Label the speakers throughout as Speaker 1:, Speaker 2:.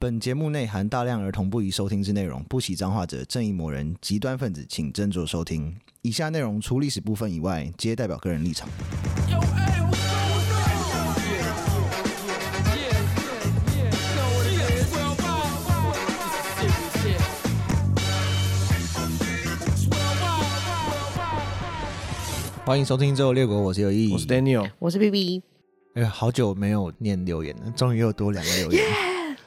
Speaker 1: 本节目内含大量儿童不宜收听之内容，不喜脏话者、正义魔人、极端分子，请斟酌收听。以下内容除历史部分以外，皆代表个人立场。
Speaker 2: Yo, hey, what's up? What's up? Yeah, yeah, yeah, yeah. You know what it is. 12 miles. This is serious shit. 12 miles.
Speaker 1: 欢迎收听《周游列国》，我是有意
Speaker 3: 我是 Daniel，
Speaker 4: 我是 B B，
Speaker 1: 哎、好久没有念留言了，终于又多两个 留言。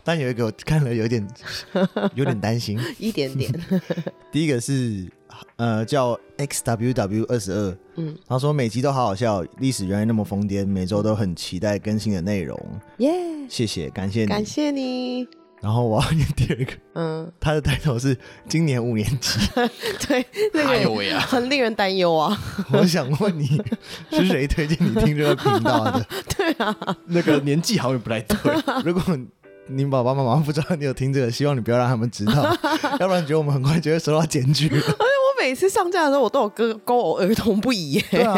Speaker 1: 但有一个我看了有点 有点担心。
Speaker 4: 一点点，
Speaker 1: 第一个是呃叫 XWW 二十二，嗯
Speaker 4: 嗯，
Speaker 1: 他说每集都好好笑，历史原来那么疯癫，每周都很期待更新的内容，
Speaker 4: 耶、
Speaker 1: 谢谢，感谢你。
Speaker 4: 感谢你，
Speaker 1: 然后我要念第二个，
Speaker 4: 嗯，
Speaker 1: 他的抬头是今年五年级，
Speaker 4: 对，那
Speaker 3: 哎呦
Speaker 4: 个
Speaker 3: 喂
Speaker 4: 也
Speaker 3: 啊
Speaker 4: 很令人担忧啊，
Speaker 1: 我想问你是谁推荐你听这个频道 的？
Speaker 3: 那个年纪好像也不太 对，
Speaker 1: 如果你爸爸妈妈不知道你有听这个，希望你不要让他们知 道，要不然觉得我们很快就会收到检举了。
Speaker 4: 我每次上架的时候，我都有勾勾我儿童不 宜耶，
Speaker 1: 对啊，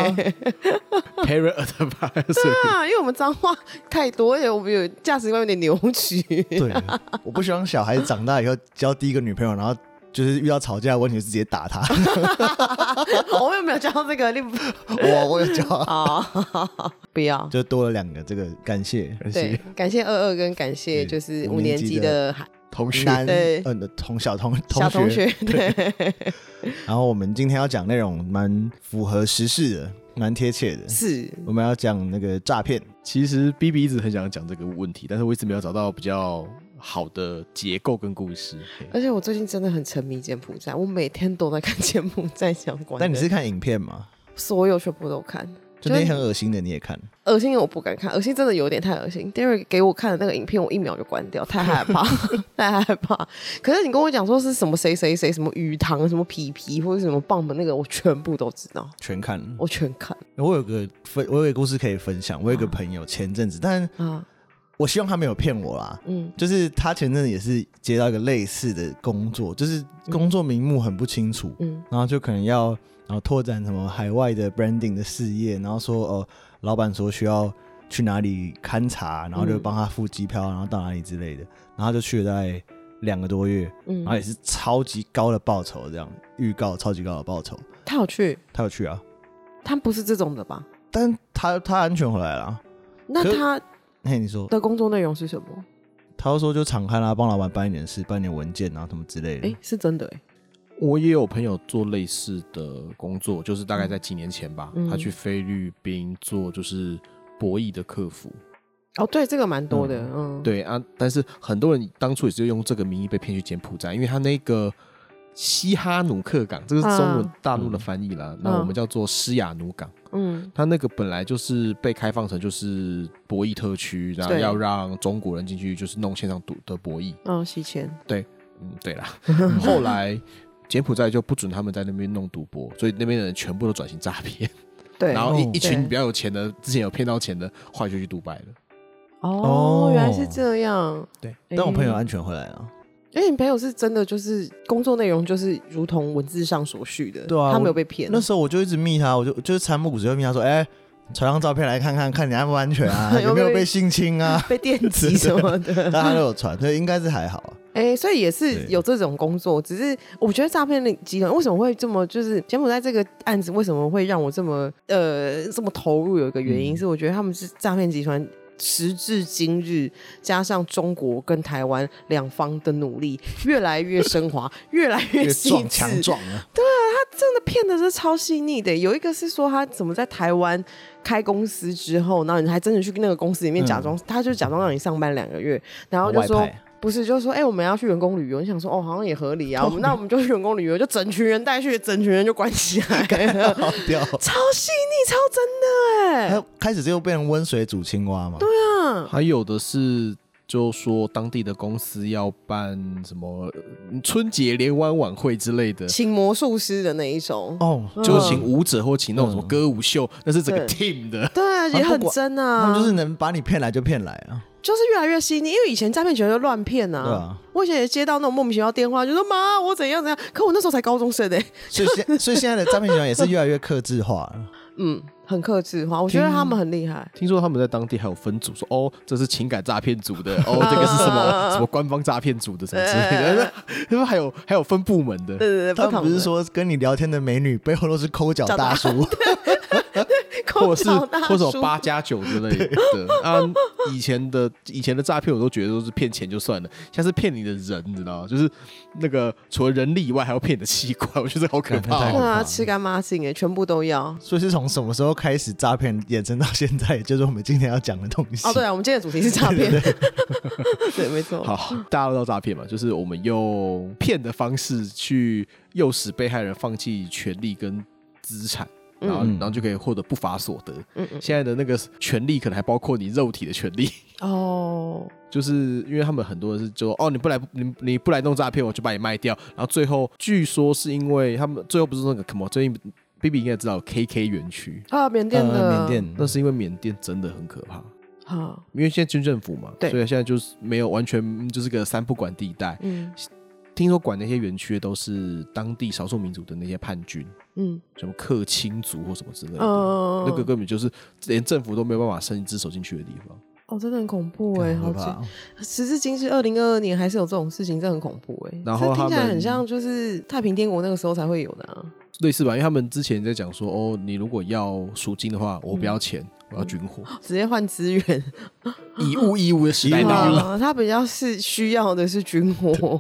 Speaker 3: parent advisor，
Speaker 4: 啊，因为我们脏话太多，而且我们有价值观有点扭曲，
Speaker 1: 对，啊我不希望小孩子长大以后交第一个女朋友，然后就是遇到吵架的问题就直接 打他。
Speaker 4: 我们有没有教到这个？你不
Speaker 1: 我我有教啊，
Speaker 4: 啊， 不要。
Speaker 1: 就多了两个这个感谢
Speaker 3: 感
Speaker 4: 对
Speaker 3: 谢，
Speaker 4: 感谢二二跟感谢就是
Speaker 1: 五
Speaker 4: 五
Speaker 1: 年
Speaker 4: 年
Speaker 1: 级
Speaker 4: 级的孩
Speaker 3: 同学，
Speaker 1: 男
Speaker 4: 对
Speaker 1: 嗯的同小同
Speaker 4: 小同学，对，
Speaker 1: 然后我们今天要讲内容蛮符合时事的，蛮贴切的。
Speaker 4: 是
Speaker 1: 我们要讲那个诈骗，
Speaker 3: 其实 B B 一直很想讲这个问题，但是我一直没有找到比较好的结构跟故事。
Speaker 4: 而且我最近真的很沉迷柬埔寨，我每天都在看柬埔寨相关的。
Speaker 1: 但你是看影片吗？
Speaker 4: 所有全部都看，
Speaker 1: 就
Speaker 4: 就
Speaker 1: 那
Speaker 4: 是
Speaker 1: 些很恶心的你也看，
Speaker 4: 恶心我不敢看，恶心真的有点太恶心。Derek 给我看的那个影片，我一秒就关掉，太害怕，太害怕。可是你跟我讲说是什么谁谁谁什么鱼塘什么皮皮或者什么棒棒那个，我全部都知道，
Speaker 1: 全看了。
Speaker 4: 我全看
Speaker 1: 我有个分，我有个故事可以分享。我有个朋友前阵子，但
Speaker 4: 啊，
Speaker 1: 我希望他没有骗我啦。
Speaker 4: 嗯
Speaker 1: 就是他前阵子也是接到一个类似的工作，就是工作名目很不清楚，
Speaker 4: 嗯
Speaker 1: 然后就可能要然后拓展什么海外的 branding 的事业，然后说哦、老板说需要去哪里勘察，然后就
Speaker 4: 嗯
Speaker 1: 帮他付机票，然后到哪里之类的，然后他就去了大概两个多月，然后也
Speaker 4: 嗯，
Speaker 1: 是超级高的报酬，这样预告超级高的报酬，
Speaker 4: 他有去，
Speaker 1: 他有去啊，
Speaker 4: 他不是这种的吧？
Speaker 1: 但他他安全回来了啊。
Speaker 4: 那
Speaker 1: 可
Speaker 4: 他
Speaker 1: 嘿，你说，
Speaker 4: 的工作内容是什么？
Speaker 1: 他就说就敞开啦，帮老板办一点事，办一点文件啊什么之类的。
Speaker 4: 哎，是真的哎，
Speaker 3: 我也有朋友做类似的工作，就是大概在几年前吧，
Speaker 4: 嗯
Speaker 3: 他去菲律宾做就是博弈的客服。
Speaker 4: 哦，对，这个蛮多的，嗯，，
Speaker 3: 对啊，但是很多人当初也是用这个名义被骗去柬埔寨，因为他那个西哈努克港，这个是中文
Speaker 4: 啊
Speaker 3: 大陆的翻译啦，那、我们叫做施雅努港。
Speaker 4: 嗯
Speaker 3: 它那个本来就是被开放成就是博弈特区，然后
Speaker 4: 对
Speaker 3: 要让中国人进去，就是弄线上赌的博弈。
Speaker 4: 嗯，洗钱，
Speaker 3: 嗯，对 啦。后来柬埔寨就不准他们在那边弄赌博，所以那边的人全部都转型诈骗。
Speaker 4: 对，
Speaker 3: 然后一
Speaker 1: 哦
Speaker 3: 一群
Speaker 4: 对
Speaker 3: 比较有钱的，之前有骗到钱的，后来就去杜拜了。
Speaker 4: 哦，原来是这样，
Speaker 3: 对，
Speaker 1: 但我朋友
Speaker 4: 哎
Speaker 1: 安全回来了。
Speaker 4: 因为你朋友是真的，就是工作内容就是如同文字上所叙的，
Speaker 1: 对啊
Speaker 4: 他
Speaker 1: 我
Speaker 4: 没有被骗。
Speaker 1: 那时候我就一直密他，我就就是参谋股就会密他说，哎、传张照片来看看，看你安不安全 啊，有
Speaker 4: 有
Speaker 1: 没
Speaker 4: 没
Speaker 1: 有
Speaker 4: 有
Speaker 1: 被性侵啊？
Speaker 4: 被电击什么
Speaker 1: 但
Speaker 4: 的，
Speaker 1: 他都有传，所以应该是还好啊。
Speaker 4: 哎、所以也是
Speaker 1: 对
Speaker 4: 有这种工作，只是我觉得诈骗的集团为什么会这么，就是柬埔寨这个案子为什么会让我这么呃这么投入，有一个原
Speaker 1: 嗯
Speaker 4: 因、是我觉得他们是诈骗集团。时至今日，加上中国跟台湾两方的努力，越来越升华，越来
Speaker 1: 因
Speaker 4: 越
Speaker 1: 为
Speaker 4: 细
Speaker 1: 撞
Speaker 4: 致，
Speaker 1: 强撞啊，
Speaker 4: 真的骗的是超细腻的。有一个是说他怎么在台湾开公司之后，然后你还真的去那个公司里面假装，他就假装让你上班两个月，然后
Speaker 1: 嗯
Speaker 4: 就
Speaker 1: 外
Speaker 4: 说
Speaker 1: 派。
Speaker 4: 不是，就是说，哎、我们要去员工旅游，你想说，哦，好像也 合理啊，我们那我们就去员工旅游，就整群人带去，整群人就关起 来，
Speaker 1: 好屌。
Speaker 4: 超细腻，超真的 哎、嗯
Speaker 1: 他开始就变成温水煮青蛙嘛，对啊，
Speaker 3: 还有的是，就说当地的公司要办什么呃春节联欢晚会之类的，
Speaker 4: 请魔术师的那一种，
Speaker 1: 哦，
Speaker 3: 就请舞者或请那种什么
Speaker 1: 嗯
Speaker 3: 歌舞秀，那是整个
Speaker 4: 对
Speaker 3: team 的。
Speaker 4: 对，啊也
Speaker 1: 不
Speaker 4: 很
Speaker 1: 管
Speaker 4: 真
Speaker 1: 他
Speaker 4: 啊，
Speaker 1: 们就是能把你骗来就骗来啊，
Speaker 4: 就是越来越细腻，因为以前诈骗集团就乱骗
Speaker 1: 对啊，
Speaker 4: 我以前也接到那种莫名其妙电话，就说妈，我怎样怎样，可我那时候才高中生哎、
Speaker 1: 所以现所以现在的诈骗集团也是越来越克制化了，
Speaker 4: 嗯，很克制化，我觉得
Speaker 3: 听
Speaker 4: 他们很厉害。
Speaker 3: 听说他们在当地还有分组，说哦，这是情感诈骗组 的，哦，这个是什
Speaker 4: 啊
Speaker 3: 么什么官方诈骗组的什么之类 的，他们还有还有分部门的，
Speaker 4: 对对对，
Speaker 1: 他们
Speaker 4: 同
Speaker 1: 不是
Speaker 4: 的
Speaker 1: 说跟你聊天的美女背后都是抠脚大叔，
Speaker 3: 或者是
Speaker 4: 口罩大
Speaker 3: 或者
Speaker 4: 叔
Speaker 3: 有八加九之类的啊。以前的以前的诈骗我都觉得都是骗钱就算了，像是骗你的人，你知道吗？就是那个除了人力以外，还要骗你的器官，我觉得好可怕、
Speaker 4: 对
Speaker 1: 很
Speaker 3: 哦。
Speaker 1: 怕
Speaker 4: 啊，吃干抹净哎，全部都要。
Speaker 1: 所以是从什么时候开始诈骗衍生到现在，也就是我们今天要讲的东西。
Speaker 4: 哦，对啊，我们今天的主题是诈 骗， 对，没错。
Speaker 3: 好，大家都知道诈骗嘛，就是我们用骗的方式去诱使被害人放弃权利跟资产。然后，
Speaker 1: 嗯
Speaker 3: 然后就可以获得不法所得。
Speaker 4: 嗯嗯
Speaker 3: 现在的那个权利可能还包括你肉体的权利，
Speaker 4: 哦，
Speaker 3: 就是因为他们很多人是就说哦，你不来你你不来弄诈骗，我就把你卖掉。然后最后据说是因为他们最后不是那个什么，最近 B B 应该知道 K K 园区，
Speaker 4: 啊，缅甸的，
Speaker 1: 呃缅
Speaker 3: 那
Speaker 1: 甸，
Speaker 3: 是因为缅甸真的很可怕。
Speaker 4: 好，
Speaker 3: 因为现在军政府嘛，
Speaker 4: 对
Speaker 3: 所以现在就是没有完全就是个三不管地带。
Speaker 4: 嗯
Speaker 3: 听说管那些园区的都是当地少数民族的那些叛军，
Speaker 4: 嗯
Speaker 3: 什么克钦族或什么之类的，
Speaker 4: 嗯，
Speaker 3: 那个根本就是连政府都没有办法伸一只手进去的地方。
Speaker 4: 哦，真的很恐怖
Speaker 3: 啊
Speaker 4: 哎，
Speaker 1: 好
Speaker 4: 好紧
Speaker 1: 吧。
Speaker 4: 时至今日，二零二二年还是有这种事情，真的很恐怖哎。
Speaker 3: 然后
Speaker 4: 这听起来
Speaker 3: 他们
Speaker 4: 很像就是太平天国那个时候才会有的啊。
Speaker 3: 类似吧，因为他们之前在讲说，哦，你如果要赎金的话，我不要钱，我要军火，
Speaker 4: 直接换资源，
Speaker 3: 嗯 以物易物的时代
Speaker 1: 以物
Speaker 3: 到
Speaker 1: 易
Speaker 3: 了。
Speaker 4: 啊，他比较是需要的是 军火，
Speaker 3: 嗯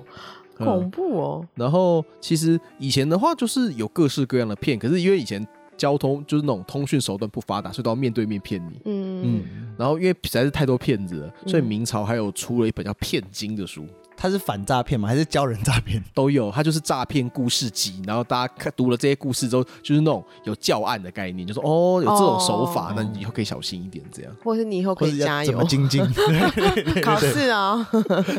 Speaker 4: 恐怖哦。
Speaker 3: 然后其实以前的话就是有各式各样的骗，可是因为以前交通就是那种通讯手段不发达，所以都要面对面骗你。
Speaker 4: 嗯，
Speaker 1: 嗯，
Speaker 3: 然后因为实在是太多骗子了，
Speaker 4: 嗯
Speaker 3: 所以明朝还有出了一本叫《骗经》的书，
Speaker 1: 他是反诈骗吗？还是教人诈骗？
Speaker 3: 都有，它就是诈骗故事集。然后大家看读了这些故事之后，就是那种有教案的概念，就说哦有这种手法，
Speaker 1: 哦
Speaker 3: 那你以后可以小心一点，这样
Speaker 4: 或是你以后可
Speaker 1: 或者
Speaker 4: 以加
Speaker 1: 要怎
Speaker 4: 油
Speaker 1: 么，精进？
Speaker 4: 考 试啊，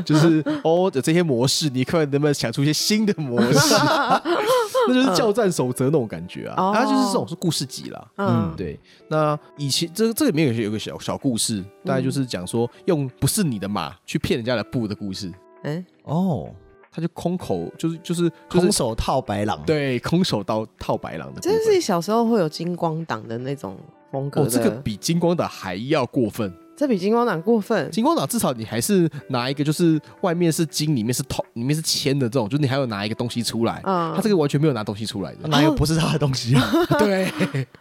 Speaker 3: 就是哦有这些模式，你看能不能想出一些新的模式， 那就是教战守则那种感觉啊
Speaker 1: 嗯
Speaker 4: 哦。
Speaker 3: 它就是这种是故事集啦。
Speaker 1: 哦
Speaker 4: 嗯，
Speaker 3: 对，那以前这这里面有些有个小小故事，大概就是讲说用不是你的马去骗人家的布的故事，
Speaker 4: 哎，
Speaker 1: 哦，
Speaker 3: 他就空口就是就是
Speaker 1: 空
Speaker 3: 就是
Speaker 1: 手套白狼。，
Speaker 3: 对，空手道套白狼的部
Speaker 4: 真是
Speaker 3: 分。
Speaker 4: 小时候会有金光党的那种风格
Speaker 3: 哦，
Speaker 4: 的，
Speaker 3: 这个比金光党还要过分。
Speaker 4: 这比金光党过分。
Speaker 3: 金光党至少你还是拿一个，就是外面是金，里面是铜，里面是铅的这种，就是你还有拿一个东西出来。
Speaker 4: 嗯
Speaker 3: 他这个完全没有拿东西出来 的。
Speaker 1: 哪有不是他的东西啊？
Speaker 3: 对，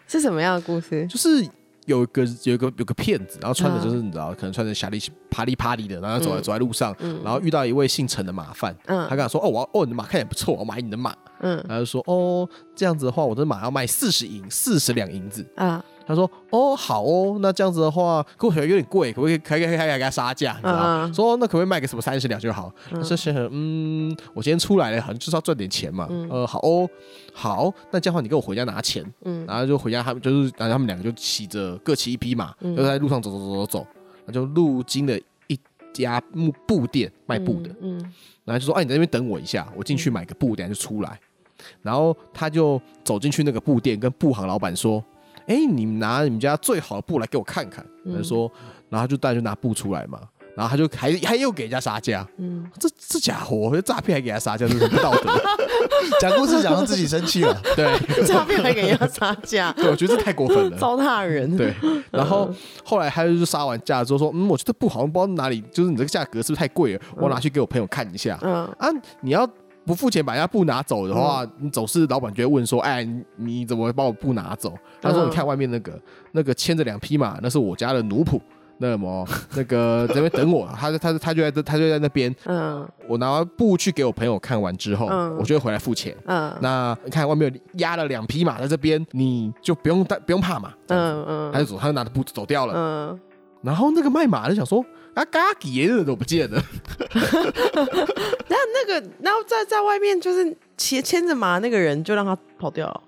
Speaker 4: 是什么样的故事？
Speaker 3: 就是有一个有一个有个骗子，然后穿的就是你知道，可能穿着霞丽啪里啪里的，然后走在
Speaker 4: 嗯
Speaker 3: 走在路上，然后遇到一位姓陈的马贩，
Speaker 4: 嗯
Speaker 3: 他跟他说：“哦，我要哦，你的马看起来不错，我要买你的马。”
Speaker 4: 嗯
Speaker 3: 他就说：“哦，这样子的话，我的马要卖四十银，四十两银子。”
Speaker 4: 啊
Speaker 3: 他说：“哦，好哦，那这样子的话，可我觉得有点贵，可不可以可以可以可以给他杀价？你知道吗？
Speaker 4: 嗯嗯
Speaker 3: 说那可不可以卖个什么三十两就好？”他说：“先生，嗯，我今天出来了，好像就是要赚点钱嘛。呃，好哦，好，那这样的话你跟我回家拿钱。
Speaker 4: 嗯
Speaker 3: 然后就回家，他们就是，然后他们两个就骑着各骑一匹马，就在路上走走走走走，然后就路经了一家木布店卖布的，
Speaker 4: 嗯
Speaker 3: 然后就说：“哎、你在那边等我一下，我进去买个布，等下就出来。”然后他就走进去那个布店，跟布行老板说：“哎、你们拿你们家最好的布来给我看看。”他就说，然后他就当然就拿布出来嘛，然后他就还还又给人家杀价，
Speaker 4: 嗯，
Speaker 3: 这这家伙诈骗还给他杀价，这是不道德。
Speaker 1: 讲故事讲到自己生气 了。
Speaker 3: 对
Speaker 4: 诈骗嗯还给人家杀价，
Speaker 3: 对，我觉得这太过分了。
Speaker 4: 糟蹋 人。
Speaker 3: 对，然后后来他就杀完价之后说：“嗯，我觉得布好像不知道哪里，就是你这个价格是不是太贵了？我拿去给我朋友看一下。”
Speaker 4: 嗯
Speaker 3: 啊，你要不付钱把人家布拿走的话，你走是老板就会问说，哎，你你怎么把我布拿走？他说，
Speaker 4: 嗯
Speaker 3: 你看外面那个那个牵着两匹马，那是我家的奴仆。那么那个在那边等我， 他他他就在他就在那边，
Speaker 4: 嗯
Speaker 3: 我拿完布去给我朋友看完之后，
Speaker 4: 嗯
Speaker 3: 我就会回来付钱。
Speaker 4: 嗯
Speaker 3: 那你看外面有压了两匹马在这边，你就不用担不用怕嘛。嗯，
Speaker 4: 嗯
Speaker 3: 他就走，他就拿着布走掉了。
Speaker 4: 嗯，
Speaker 3: 然后那个卖马的想说，啊，嘎吉爷的都不见了。
Speaker 4: 那那个，然后在在外面就是牵牵着马那个人，就让他跑掉了。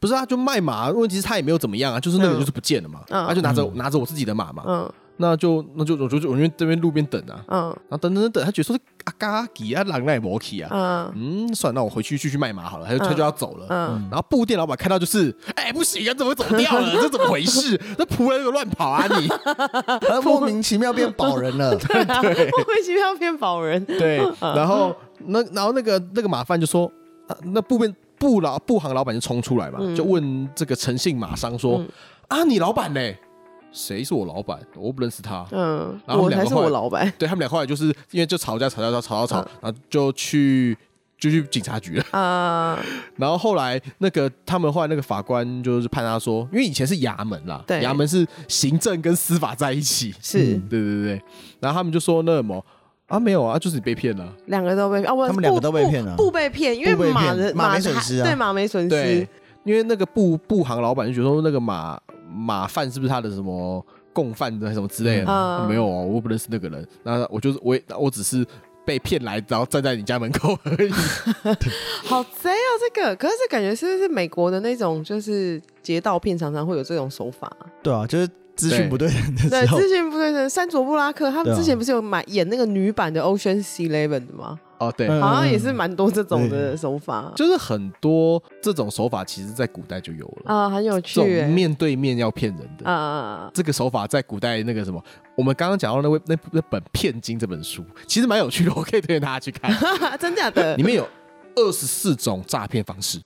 Speaker 3: 不是啊，就卖马，问题是他也没有怎么样啊，就是那个人
Speaker 4: 嗯
Speaker 3: 就是不见了嘛，
Speaker 4: 嗯
Speaker 3: 他就拿着、拿着我自己的马嘛，
Speaker 4: 嗯
Speaker 3: 那就那就我就我就这边路边等啊，
Speaker 4: 嗯
Speaker 3: 然后等等等等，他觉得说啊嘎吉啊狼奈摩奇啊，
Speaker 4: 嗯
Speaker 3: 嗯，算了，那我回去继续卖马好了，他就、他就要走了。
Speaker 4: 嗯，
Speaker 3: 然后布店老板看到就是，哎、不行啊，怎么走掉了？这怎么回事？ 那仆人有乱跑啊你！
Speaker 1: 他莫名其妙变保人 了，
Speaker 4: 莫名其妙变保人。
Speaker 3: 对，
Speaker 4: 嗯
Speaker 3: 然后那然后那个那个马贩就说，
Speaker 4: 嗯
Speaker 3: 啊、那布店布老布行老板就冲出来嘛，就问这个诚信马商说，啊，你老板呢、谁是我老板？我不认识他。
Speaker 4: 嗯，
Speaker 3: 然后
Speaker 4: 我
Speaker 3: 两
Speaker 4: 才
Speaker 3: 个
Speaker 4: 是
Speaker 3: 后来
Speaker 4: 我老板
Speaker 3: 对他们俩后来就是因为就吵架，吵架，吵吵吵
Speaker 4: 嗯
Speaker 3: 吵，然后就去就去警察局了。
Speaker 4: 啊，
Speaker 3: 然后后来那个他们后来那个法官就是判他说，因为以前是衙门啦，
Speaker 4: 对
Speaker 3: 衙门是行政跟司法在一起，嗯
Speaker 4: 是
Speaker 3: 对对对。然后他们就说那什么啊没有啊，就是你被骗了。
Speaker 4: 两个都被啊，我
Speaker 1: 他们两个
Speaker 4: 不
Speaker 1: 都被
Speaker 4: 不
Speaker 1: 骗了
Speaker 4: 不被骗，因为
Speaker 1: 不被
Speaker 4: 马
Speaker 1: 骗
Speaker 4: 的
Speaker 1: 马没
Speaker 4: 的
Speaker 1: 损
Speaker 4: 还
Speaker 1: 失啊
Speaker 4: 对马没损
Speaker 3: 对
Speaker 4: 失，，
Speaker 3: 因为那个布布行老板就觉得说那个马马贩是不是他的什么共犯的什么之类的？
Speaker 4: 嗯
Speaker 3: 没有哦，我又不认识那个人。那我就是我也我只是被骗来，然后站在你家门口而已。
Speaker 4: 好贼啊！这个可是感觉是不是美国的那种就是劫道片常常会有这种手法啊？
Speaker 1: 对啊，就是资讯
Speaker 3: 对
Speaker 1: 不对等的
Speaker 4: 对，
Speaker 1: 时候
Speaker 4: 之，前不对称，山卓布拉克他
Speaker 1: 对
Speaker 4: 们
Speaker 1: 啊
Speaker 4: 之前不是有买演那个女版的 Ocean Eleven 的吗？
Speaker 3: 哦，对，
Speaker 1: 嗯
Speaker 4: 好像也是蛮多这种的手法啊
Speaker 3: 就是很多这种手法，其实在古代就有了。
Speaker 4: 啊，很有
Speaker 3: 这
Speaker 4: 趣
Speaker 3: 种
Speaker 4: 欸
Speaker 3: 面对面要骗人的、
Speaker 4: 啊，
Speaker 3: 这个手法，在古代那个什么，我们刚刚讲到那位那那本《骗经》这本书，其实蛮有趣的，我可以推荐大家去看。
Speaker 4: 真假的
Speaker 3: 里，面有二十四种诈骗方式。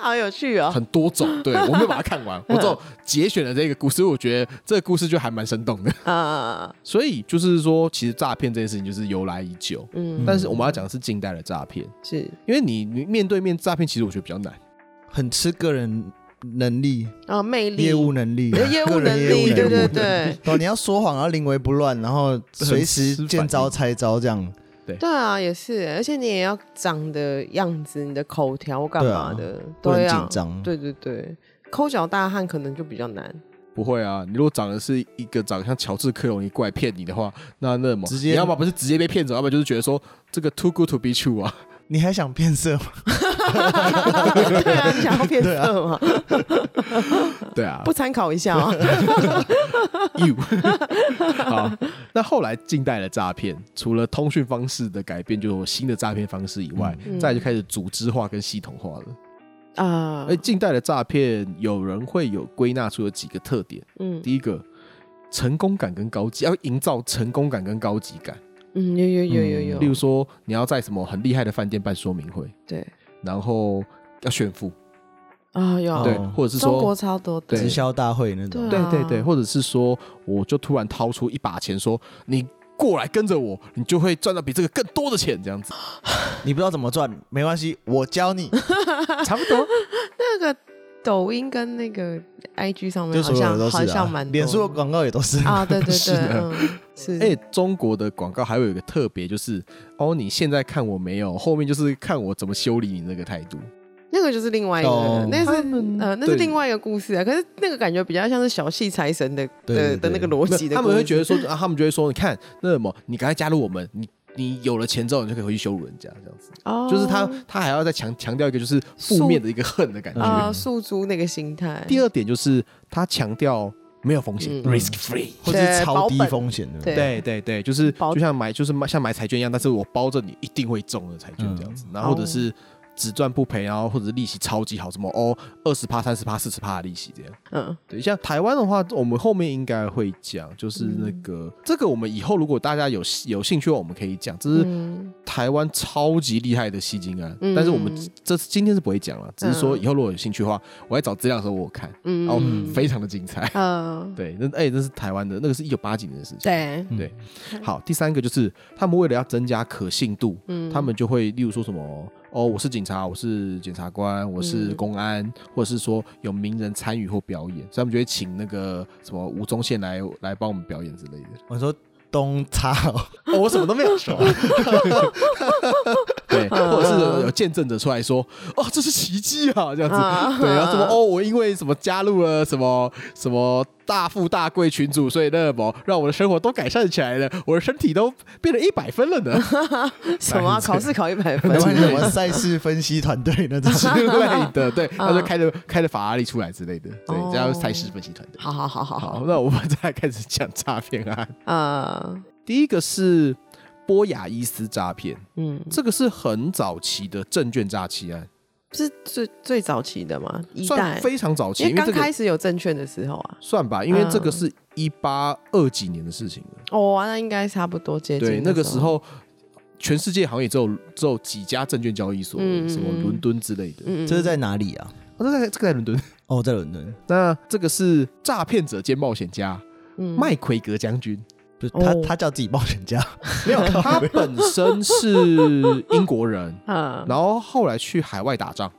Speaker 4: 好有趣哦。
Speaker 3: 很多种，对我没有把它看完，我只有节选了这个故事，我觉得这个故事就还蛮生动的。
Speaker 4: 啊，
Speaker 3: 所以就是说，其实诈骗这件事情就是由来已久，
Speaker 4: 嗯，
Speaker 3: 但是我们要讲的是近代的诈骗，
Speaker 4: 是
Speaker 3: 因为你你面对面诈骗，其实我觉得比较难。
Speaker 1: 很吃个人能力、
Speaker 4: 啊，魅力
Speaker 1: 业务能力、啊
Speaker 4: 呃业务
Speaker 1: 个
Speaker 4: 能
Speaker 1: 人业务
Speaker 4: 力，
Speaker 1: 能
Speaker 4: 对对对。
Speaker 1: 哦，你要说谎，然后临危不乱，然后随时见招拆招这样。
Speaker 4: 对啊，也是，而且你也要长的样子，你的口条干
Speaker 1: 对
Speaker 4: 嘛
Speaker 1: 啊
Speaker 4: 的，
Speaker 1: 不能
Speaker 4: 对啊
Speaker 1: 紧张
Speaker 4: 对对对，抠脚大汉可能就比较难，
Speaker 3: 不会啊，你如果长得是一个长得像乔治克隆尼怪骗你的话，那那么
Speaker 1: 直接
Speaker 3: 你要么不是直接被骗走，要么就是觉得说这个 too good to be true 啊，
Speaker 1: 你还想变色吗？
Speaker 4: 对啊，你想要变色吗？
Speaker 3: 对啊
Speaker 4: 不参考一下啊？
Speaker 3: you 好，那后来近代的诈骗，除了通讯方式的改变，就有新的诈骗方式以外，
Speaker 4: 嗯
Speaker 3: 再来就开始哎组织化跟系统化了。
Speaker 4: 啊
Speaker 3: 而，近代的诈骗，有人会有归纳出有几个特点：
Speaker 4: 嗯
Speaker 3: 第一个，成功感跟高级，要营造成功感跟高级感。
Speaker 4: 嗯，有有有有
Speaker 3: 例
Speaker 4: 有
Speaker 3: 如，说，你要在什么很厉害的饭店办说明会，
Speaker 4: 对
Speaker 3: 然后要炫富，
Speaker 4: 啊有，
Speaker 3: 对，
Speaker 1: 哦
Speaker 3: 或者是
Speaker 4: 中
Speaker 3: 说。
Speaker 4: 国超多的
Speaker 3: 对
Speaker 1: 直销大会那种
Speaker 4: 对，
Speaker 3: 对
Speaker 4: 啊
Speaker 3: 对对，或者是说，我就突然掏出一把钱说，你过来跟着我，你就会赚到比这个更多的钱，这样子。
Speaker 1: 你不知道怎么赚，没关系，我教你，
Speaker 3: 差不多。
Speaker 4: 那个抖音跟那个 IG 上面
Speaker 1: 就
Speaker 4: 好
Speaker 1: 所有
Speaker 4: 像
Speaker 1: 的都
Speaker 4: 好
Speaker 1: 是
Speaker 4: 像
Speaker 1: 啊
Speaker 4: 蛮，多
Speaker 1: 脸书的广告也都是。
Speaker 4: 啊，对对
Speaker 3: 是
Speaker 4: 对，
Speaker 3: 的
Speaker 4: 嗯，是
Speaker 3: 哎、中国的广告还有一个特别，就是哦，你现在看我没有，后面就是看我怎么修理你那个态度。
Speaker 4: 那个就是另外一个
Speaker 1: 哦，
Speaker 4: 那是
Speaker 3: 他们
Speaker 4: 呃，那是
Speaker 3: 对
Speaker 4: 另外一个故事啊。可是那个感觉比较像是小气财神的
Speaker 1: 对
Speaker 4: 的
Speaker 1: 对
Speaker 4: 的那
Speaker 1: 对
Speaker 4: 个逻辑的
Speaker 3: 他
Speaker 4: 故事，
Speaker 3: 们会觉得说，啊，他们就会说，你看那什么，你赶快加入我们，你你有了钱之后，你就可以回去羞辱人家，这样子。
Speaker 4: 哦，
Speaker 3: 就是他他还要再强强调一个，就是负面的一个恨的感觉。
Speaker 4: 啊，诉诸那个心态。
Speaker 3: 嗯第二点就是他强调没有风险、
Speaker 4: 嗯
Speaker 3: r i s k free。
Speaker 1: 或者
Speaker 4: 对
Speaker 1: 是
Speaker 4: 保
Speaker 1: 超低
Speaker 4: 本
Speaker 1: 风险的，
Speaker 4: 对
Speaker 3: 对对对，就是
Speaker 4: 包
Speaker 3: 就像买就是买像买彩券一样，但是我包着你一定会中的彩券这样子，然后或者
Speaker 4: 哦
Speaker 3: 是只赚不赔，然后或者是利息超级好，什么哦二十趴、三十趴、四十趴的利息这样。
Speaker 4: 嗯，
Speaker 3: 对，像台湾的话，我们后面应该会讲，就是那
Speaker 4: 嗯
Speaker 3: 个、这个我们以后如果大家有有兴趣的话，我们可以讲，这是
Speaker 4: 嗯
Speaker 3: 台湾超级厉害的吸金案，
Speaker 4: 嗯
Speaker 3: 但是我们这次今天是不会讲了，只是说
Speaker 4: 嗯
Speaker 3: 以后如果有兴趣的话，我在找资料的时候我有看，
Speaker 4: 嗯
Speaker 3: 哦
Speaker 4: 嗯，
Speaker 3: 非常的精彩。
Speaker 4: 嗯，
Speaker 3: 对，那哎、那是台湾的，那个是一九八几年的事情。
Speaker 4: 对，
Speaker 1: 嗯
Speaker 3: 对，好，第三个就是他们为了要增加可信度，
Speaker 4: 嗯，
Speaker 3: 他们就会例如说什么哦，我是警察，我是检察官，我是
Speaker 4: 嗯
Speaker 3: 公安，或者是说有名人参与或表演，所以他们就会请那个什么吴宗宪来来帮我们表演之类的。
Speaker 1: 我说东差 哦，
Speaker 3: 哦，我什么都没有说，对， 或者是有有见证者出来说，哦，这是奇迹啊，这样
Speaker 4: 啊
Speaker 3: 子，对，然后什么哦，我因为什么加入了什么什么大富大贵群组，所以那什么让我的生活都改善起来了，我的身体都变得一百分了呢
Speaker 4: 什么啊考试考一百分
Speaker 1: 台湾什么赛事分析团队那种，
Speaker 3: 之类的，对，他就开着开着法拉利出来之类的，对
Speaker 4: 啊哦，
Speaker 3: 这样赛事分析团队。
Speaker 4: 好好好好
Speaker 3: 好
Speaker 4: 好，，
Speaker 3: 那我们再来开始讲诈骗案，
Speaker 4: 啊，
Speaker 3: 第一个是波雅伊斯诈骗。
Speaker 4: 嗯，
Speaker 3: 这个是很早期的证券诈欺案，
Speaker 4: 是最最早期的嘛，一
Speaker 3: 算
Speaker 4: 代，
Speaker 3: 非常早期，
Speaker 4: 因为
Speaker 3: 因为
Speaker 4: 刚
Speaker 3: 这
Speaker 4: 开
Speaker 3: 个
Speaker 4: 始有证券的时候啊，
Speaker 3: 算吧，因为
Speaker 4: 嗯
Speaker 3: 这个是一八二几年的事情了。
Speaker 4: 哦，那应该差不多接近
Speaker 3: 对，那个
Speaker 4: 时
Speaker 3: 时，候全世界好像也只有只有几家证券交易所而已，
Speaker 4: 嗯嗯
Speaker 3: 什么伦敦之类的。
Speaker 4: 嗯，
Speaker 1: 这是在哪里啊？
Speaker 3: 哦，这在这个在伦敦，
Speaker 1: 哦，在伦敦，
Speaker 3: 那这个是诈骗者兼冒险家
Speaker 4: 嗯
Speaker 3: 麦奎格将军，
Speaker 1: 不是他
Speaker 4: 哦
Speaker 1: 他叫自己冒险家，
Speaker 3: 没有，他本身是英国 人，
Speaker 4: 啊，
Speaker 3: 然后后来去海外打仗。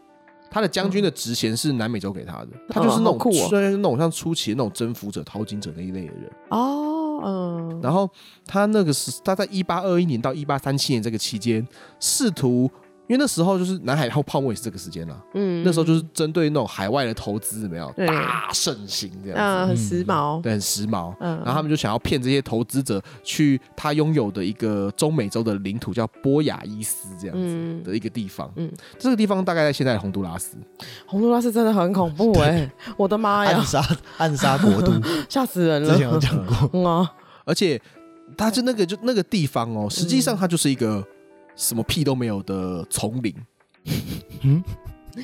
Speaker 3: 他的将军的职衔是南美洲给他的，他就是那
Speaker 4: 好
Speaker 3: 种，
Speaker 4: 酷哦
Speaker 3: 就是那种像初期的那种征服者、淘金者那一类的人。
Speaker 4: 哦，嗯，
Speaker 3: 然后他那个是他在一八二一年到一八三七年这个期间，试图，因为那时候就是南海后泡沫也是这个时间啦，
Speaker 4: 嗯
Speaker 3: 那时候就是针对那种海外的投资，有没有
Speaker 4: 对
Speaker 3: 大盛行这样子，
Speaker 4: 嗯，很时髦，
Speaker 3: 对，很时髦。
Speaker 4: 嗯，
Speaker 3: 然后他们就想要骗这些投资者去他拥有的一个中美洲的领土，叫波亚伊斯这样子。
Speaker 4: 嗯，
Speaker 3: 的一个地方，
Speaker 4: 嗯
Speaker 3: 这个地方大概在现在的洪都拉斯，
Speaker 4: 洪都拉斯哦真的很恐怖哎，我的妈呀
Speaker 1: 暗，杀暗杀国 度，
Speaker 4: 吓死人
Speaker 1: 啊之前有
Speaker 4: 了，
Speaker 1: 讲过，
Speaker 4: 嗯啊，
Speaker 3: 而且它就那个就那个地方哦，实际
Speaker 4: 嗯
Speaker 3: 上它就是一个什么屁都没有的丛林，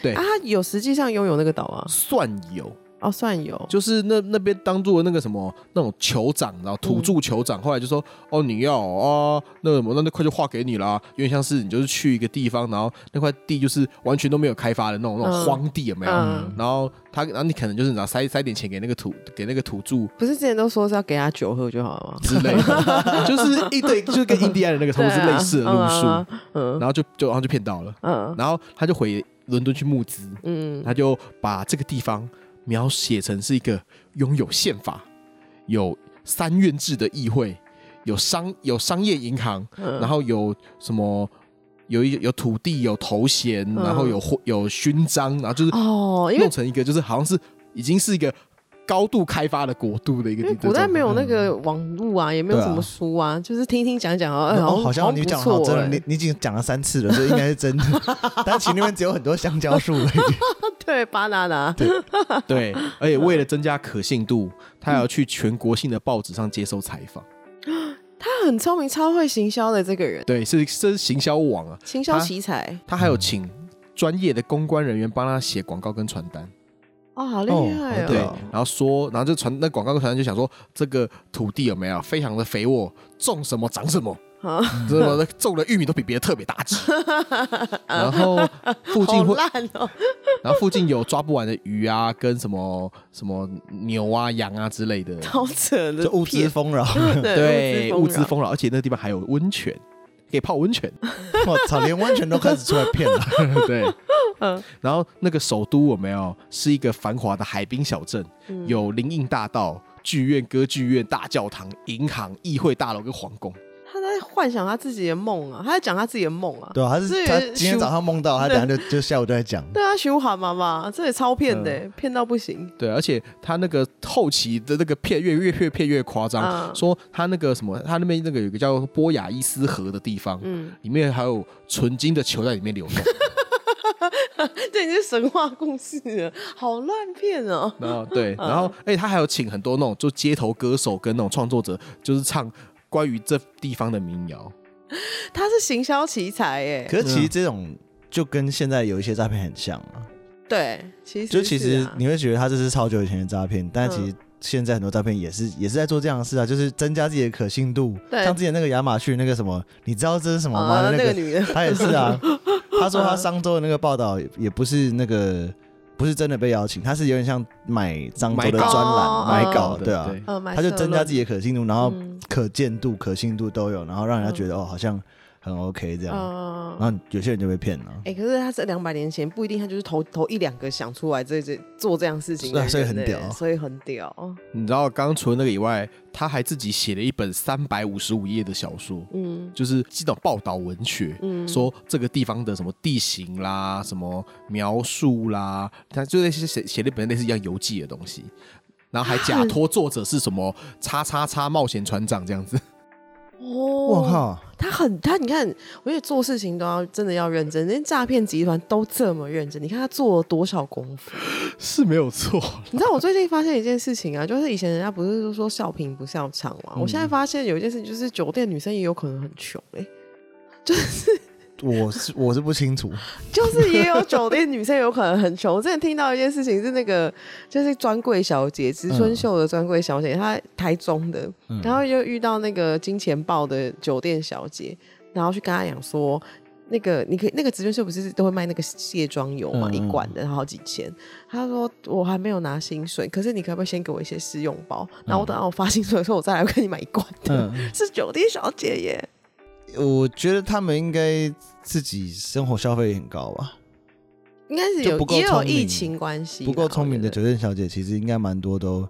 Speaker 3: 对
Speaker 4: 啊，他有实际上拥有那个岛啊，
Speaker 3: 算有，
Speaker 4: 哦，算有，
Speaker 3: 就是那那边当做那个什么那种酋长，然后土著酋
Speaker 4: 嗯
Speaker 3: 长，后来就说哦你要哦啊那什么那那块就划给你啦，有点像是你就是去一个地方，然后那块地就是完全都没有开发的那种那种
Speaker 4: 嗯
Speaker 3: 荒地有没有？
Speaker 4: 嗯，
Speaker 3: 然后他然后你可能就是拿塞塞点钱给那个土给那个土著
Speaker 4: 不是之前都说是要给他酒喝就好了吗？
Speaker 3: 之类 的，就是一对就是跟印第安人那个差不多是类似的路数，
Speaker 4: 对啊 嗯
Speaker 3: 然后就就然后就骗到了，
Speaker 4: 嗯
Speaker 3: 然后他就回伦敦去募资，
Speaker 4: 嗯
Speaker 3: 他就把这个地方描写成是一个拥有宪法、有三院制的议会、有商有商业银行，
Speaker 4: 嗯，
Speaker 3: 然后有什么有一有土地、有头衔，
Speaker 4: 嗯
Speaker 3: 然后有徽有勋章，然后就是
Speaker 4: 哦，因为
Speaker 3: 弄成一个就是好像是已经是一个高度开发的国度的一个
Speaker 4: 因
Speaker 3: 地
Speaker 4: 为古代没有那个网络啊，也没有
Speaker 1: 对啊
Speaker 4: 什么书啊，就是听听讲讲啊，哎
Speaker 1: 哦，好
Speaker 4: 好
Speaker 1: 像
Speaker 4: 像
Speaker 1: 你讲
Speaker 4: 不
Speaker 1: 好
Speaker 4: 错
Speaker 1: 真的，
Speaker 4: 哎
Speaker 1: 你你已经讲了三次了，所以应该是真的。但其实那边只有很多香蕉树而已。
Speaker 4: 对巴拿拿，
Speaker 3: 对，而且
Speaker 4: 嗯
Speaker 3: 为了增加可信度，他要去全国性的报纸上接受采访。
Speaker 4: 他很聪明，超会行销的这个人，
Speaker 3: 对，是这是行销网啊，
Speaker 4: 行销
Speaker 3: 他
Speaker 4: 奇才
Speaker 3: 他还有请专业的公关人员帮他写广告跟传单，
Speaker 4: 哦，好厉
Speaker 1: 哦
Speaker 4: 害
Speaker 1: 好
Speaker 3: 对，
Speaker 1: 对
Speaker 4: 哦
Speaker 1: 哦，
Speaker 3: 然后说，然后就传那广告跟传单就想说这个土地有没有非常的肥沃，种什么长什么。
Speaker 4: 啊
Speaker 3: 什么种的玉米都比别的特别 大只，然后附近
Speaker 4: 好
Speaker 3: 会，
Speaker 4: 烂哦，
Speaker 3: 然后附近有抓不完的鱼啊，跟什么什么牛啊、羊啊之 类的，
Speaker 4: 好扯的
Speaker 1: 就物资
Speaker 4: 骗，
Speaker 1: 丰饶。
Speaker 3: 对，物资
Speaker 4: 扰，
Speaker 3: 啊丰饶，而且那个地方还有温泉，可以泡温泉。
Speaker 1: 我操，连温泉都开始出来骗 了。
Speaker 3: 对，
Speaker 4: 嗯
Speaker 3: 然后那个首都有没有是一个繁华的海滨小镇，
Speaker 4: 嗯
Speaker 3: 有林荫大道、剧院、歌剧院、大教堂、银行、议会大楼跟皇宫。
Speaker 4: 他在幻想他自己的梦啊，他在讲他自己的梦啊，
Speaker 1: 对啊，他是
Speaker 4: 这
Speaker 1: 他
Speaker 4: 也是
Speaker 1: 今天
Speaker 4: 修
Speaker 1: 早上梦到，他等下就就下午就在讲。
Speaker 4: 对啊，徐喊妈妈，这也超骗
Speaker 1: 嗯
Speaker 4: 的，欸骗到不行，
Speaker 3: 对，而且他那个后期的那个片越越越片越夸张，
Speaker 4: 嗯
Speaker 3: 说他那个什么，他那边那个有一个叫波雅伊斯河的地方，
Speaker 4: 嗯，
Speaker 3: 里面还有纯金的球在里面 流动。
Speaker 4: 这已经是神话故事了，好乱骗哦，
Speaker 3: 然后对，然后而且他还有请很多那种就街头歌手跟那种创作者，就是唱关于这地方的民谣。
Speaker 4: 他是行销奇才哎，
Speaker 1: 可是其实这种就跟现在有一些诈骗很像啊，
Speaker 4: 对，其实
Speaker 1: 就其
Speaker 4: 是
Speaker 1: 实
Speaker 4: 啊嗯
Speaker 1: 你会觉得他这是超久以前的诈骗，但其实。现在很多诈骗也是也是在做这样的事啊，就是增加自己的可信度。
Speaker 4: 对
Speaker 1: 像之前那个亚马逊那个什么，你知道这是什么吗？
Speaker 4: 啊
Speaker 1: 那
Speaker 4: 那
Speaker 1: 个
Speaker 4: 个女的，
Speaker 1: 他也是啊，他说他商周的那个报道也也不是那个，不是真的被邀请，他是有点像买商周
Speaker 3: 买
Speaker 1: 的
Speaker 3: 稿
Speaker 1: 专
Speaker 4: 哦
Speaker 1: 栏买稿，
Speaker 3: 对
Speaker 1: 对啊，
Speaker 4: 呃，买
Speaker 1: 他就
Speaker 4: 社
Speaker 1: 增加
Speaker 4: 论
Speaker 1: 自己的可信度，然后
Speaker 4: 嗯
Speaker 1: 可见度、可信度都有，然后让人家觉得哦，好像很 OK 这样，
Speaker 4: 嗯
Speaker 1: 然后有些人就被骗了，
Speaker 4: 哎、可是他这两百年前不一定，他就是头头一两个想出来这这做这样事情
Speaker 1: 是啊所
Speaker 4: 的人欸，
Speaker 1: 以很屌
Speaker 4: 所以很屌。哦
Speaker 3: 你知道，刚刚除了那个以外，他还自己写了一本三百五十五页的小说，
Speaker 4: 嗯
Speaker 3: 就是这种报道文学，
Speaker 4: 嗯，
Speaker 3: 说这个地方的什么地形啦、什么描述啦，他就类似写写了一本类似一样游记的东西，然后还假托作者是什么叉叉叉冒险船长这样子。
Speaker 4: 哦，
Speaker 1: 我，靠，
Speaker 4: 他很他，你看，我觉得做事情都要真的要认真，连诈骗集团都这么认真，你看他做了多少功夫。
Speaker 3: 是没有错，
Speaker 4: 你知道我最近发现一件事情啊，就是以前人家不是都说笑贫不笑娼嘛，我现在发现有一件事情，就是酒店女生也有可能很穷哎、
Speaker 1: 我是我是不清楚，
Speaker 4: 就是也有酒店女生有可能很穷。我之前听到一件事情是那个，就是专柜小姐，植
Speaker 1: 嗯
Speaker 4: 村秀的专柜小姐，她台中的，然后又遇到那个金钱豹的酒店小姐，然后去跟她讲说。那个你可以那个职券秀不是都会卖那个卸妆油嘛，
Speaker 3: 嗯
Speaker 4: 一罐的好几千。他说我还没有拿薪水，可是你可不可以先给我一些试用包？
Speaker 1: 嗯
Speaker 4: 然后我等到我发薪水的时候，我再来跟你买一罐的。
Speaker 3: 嗯
Speaker 4: 是酒店小姐耶，
Speaker 1: 我觉得他们应该自己生活消费很高吧。
Speaker 4: 应该是
Speaker 1: 就
Speaker 4: 有
Speaker 1: 不够
Speaker 4: 也有
Speaker 1: 聪明
Speaker 4: 疫情关系啦，
Speaker 1: 不够聪明的
Speaker 4: 我觉
Speaker 1: 酒
Speaker 4: 得
Speaker 1: 店小姐，其实应该蛮多都，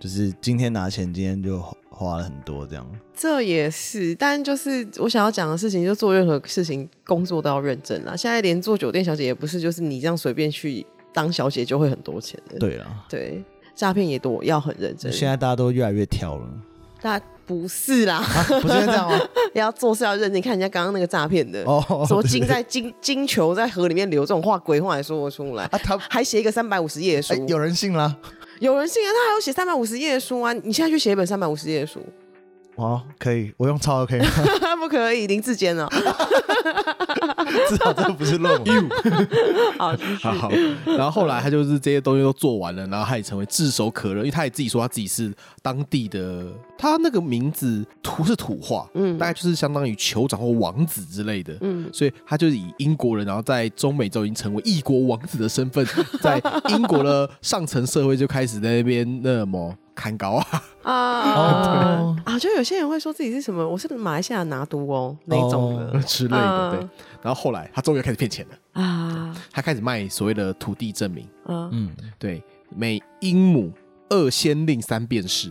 Speaker 1: 就是今天拿钱，今天就花了很多这样。
Speaker 4: 这也是，但就是我想要讲的事情，就做任何事情工作都要认真啊啦。现在连做酒店小姐也不是，就是你这样随便去当小姐就会很多钱的。
Speaker 1: 对啦，
Speaker 4: 对，诈骗也多，要很认真。
Speaker 1: 现在大家都越来越挑了，
Speaker 4: 大家不是啦，
Speaker 1: 啊、 不是这样吗？
Speaker 4: 要做事要认真。看人家刚刚那个诈骗的，
Speaker 1: 哦，
Speaker 4: 什么
Speaker 1: 对
Speaker 4: 金在金金球在河里面流，这种话鬼话也说不出来。
Speaker 1: 啊， 他
Speaker 4: 还写一个三百五十页的书，
Speaker 1: 哎有人信啦，
Speaker 4: 有人信啊？他还要写三百五十页的书啊！你现在去写一本三百五十页的书，
Speaker 1: 哦，可以，我用抄 OK，
Speaker 4: 不可以，林志坚哦。
Speaker 1: 至少这不是论 文。
Speaker 4: 好，继续
Speaker 3: 好好，然后后来他就是这些东西都做完了，然后他也成为炙手可热，因为他也自己说他自己是当地的，他那个名字土是土话，嗯，大概就是相当于酋长或王子之类的，嗯，所以他就是以英国人，然后在中美洲已经成为异国王子的身 份，在英国的上层社会就开始在那边那么看高啊，
Speaker 4: 啊、
Speaker 1: 哦
Speaker 4: 啊！就有些人会说自己是什么，我是马来西亚拿督哦那种的、
Speaker 3: 之类的，对
Speaker 4: 嗯。
Speaker 3: 然后后来他终于开始骗钱了，
Speaker 4: 啊
Speaker 3: 他开始卖所谓的土地证明，
Speaker 4: 啊
Speaker 1: 嗯，
Speaker 3: 对，每英亩二先令三便士。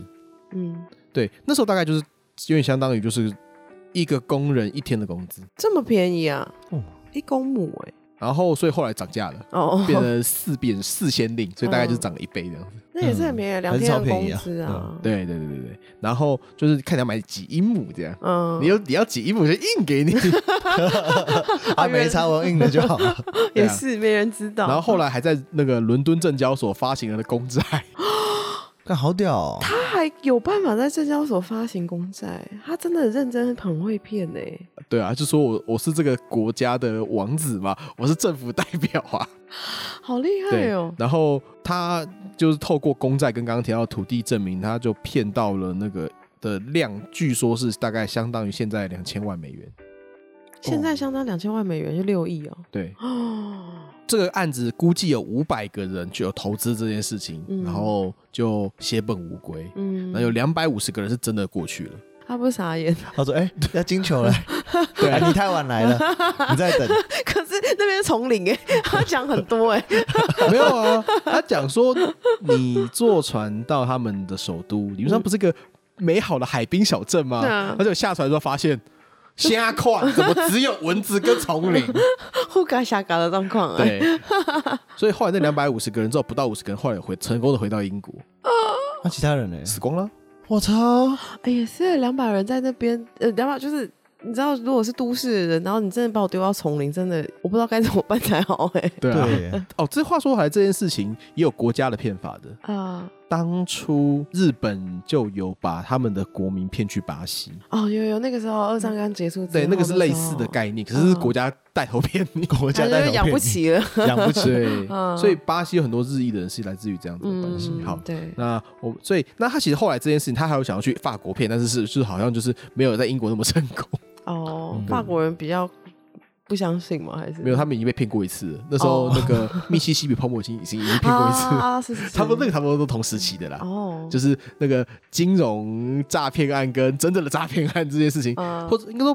Speaker 4: 嗯，
Speaker 3: 对，那时候大概就是有点相当于就是一个工人一天的工资，
Speaker 4: 这么便宜啊
Speaker 1: 哦，
Speaker 4: 一公亩哎、
Speaker 3: 然后所以后来涨价了，
Speaker 4: 哦，
Speaker 3: 变成四变四先令，所以大概就是涨了一倍这样子。
Speaker 4: 那也是很便宜，两
Speaker 1: 还是
Speaker 4: 天
Speaker 1: 超
Speaker 4: 的
Speaker 1: 便宜
Speaker 4: 工
Speaker 1: 啊
Speaker 4: 资啊，
Speaker 3: 对对对对对，然后就是看你要买几英亩这样。
Speaker 4: 嗯，
Speaker 3: 你有你要几英亩就印给你，
Speaker 1: 啊，没差，我用硬的就好 了。
Speaker 4: 也是没人知道，
Speaker 3: 然后后来还在那个伦敦证交所发行了公债，
Speaker 1: 看好屌、哦，
Speaker 4: 他还有办法在证交所发行公债，他真的很认真，很会骗哎、
Speaker 3: 对啊，就说我我是这个国家的王子嘛，我是政府代表啊，
Speaker 4: 好厉害
Speaker 3: 对
Speaker 4: 哦，
Speaker 3: 然后他就是透过公债跟刚刚提到的土地证明，他就骗到了那个的量，据说是大概相当于现在两千万美元。
Speaker 4: 现在相当两千万美元，就六亿哦，
Speaker 3: 对，
Speaker 4: 哦，
Speaker 3: 这个案子估计有五百个人就有投资这件事情，
Speaker 4: 嗯
Speaker 3: 然后就血本无归。
Speaker 4: 嗯
Speaker 3: 那、，有两百五十个人是真的过去了，
Speaker 4: 他不傻眼，
Speaker 1: 他 说：“哎、要金球了，对、
Speaker 3: 啊
Speaker 1: 你太晚来了，你在等。
Speaker 4: 可是那边是丛林哎、 他讲很多哎、
Speaker 3: 没有啊？他讲说，你坐船到他们的首都，你们上不是个美好的海滨小镇吗？
Speaker 4: 对啊
Speaker 3: 他就下船之后发现，瞎看怎么只有蚊子跟丛 林？
Speaker 4: 互嘎瞎嘎的状况啊。
Speaker 3: 对，所以后来那两百五十个人之后，不到五十个人后来回成功的回到英国，
Speaker 1: 那、啊其他人呢？
Speaker 3: 死光了。
Speaker 1: 我操！
Speaker 4: 哎，也是两百人在那边，呃，两百就是你知道，如果是都市的人，然后你真的把我丢到丛林，真的我不知道该怎么办才好哎、
Speaker 3: 对
Speaker 1: 对，
Speaker 3: 哦，这话说回来，这件事情也有国家的骗法的。
Speaker 4: 啊、
Speaker 3: 当初日本就有把他们的国民骗去巴西，
Speaker 4: 哦，有有那个时候二战刚结束之后的时候，
Speaker 3: 对，那个是类似
Speaker 4: 哦
Speaker 3: 的概念，可是是国家带头骗你。
Speaker 1: 国
Speaker 4: 啊 他
Speaker 1: 家带
Speaker 4: 就
Speaker 1: 头
Speaker 4: 哎养不
Speaker 1: 骗你，
Speaker 4: 起了，
Speaker 1: 养不起。
Speaker 3: 对
Speaker 4: 嗯，
Speaker 3: 所以巴西有很多日裔的人是来自于这样子的关系。好，
Speaker 4: 对，
Speaker 3: 那我所以那他其实后来这件事情，他还有想要去法国骗，但是是就是好像就是没有在英国那么成功。
Speaker 4: 哦，法国人比较不相信吗？还是
Speaker 3: 嗯没有，他们已经被骗过一次了。那时候
Speaker 4: 哦
Speaker 3: 那个密西西比泡沫已经已经已经骗过一次
Speaker 4: 啊，
Speaker 3: 了，
Speaker 4: 啊是是是，
Speaker 3: 差不多那个差不多都同时期的啦。
Speaker 4: 哦，
Speaker 3: 就是是那个金融诈骗案跟真正的诈骗案这件事情，
Speaker 4: 啊
Speaker 3: 或者应该说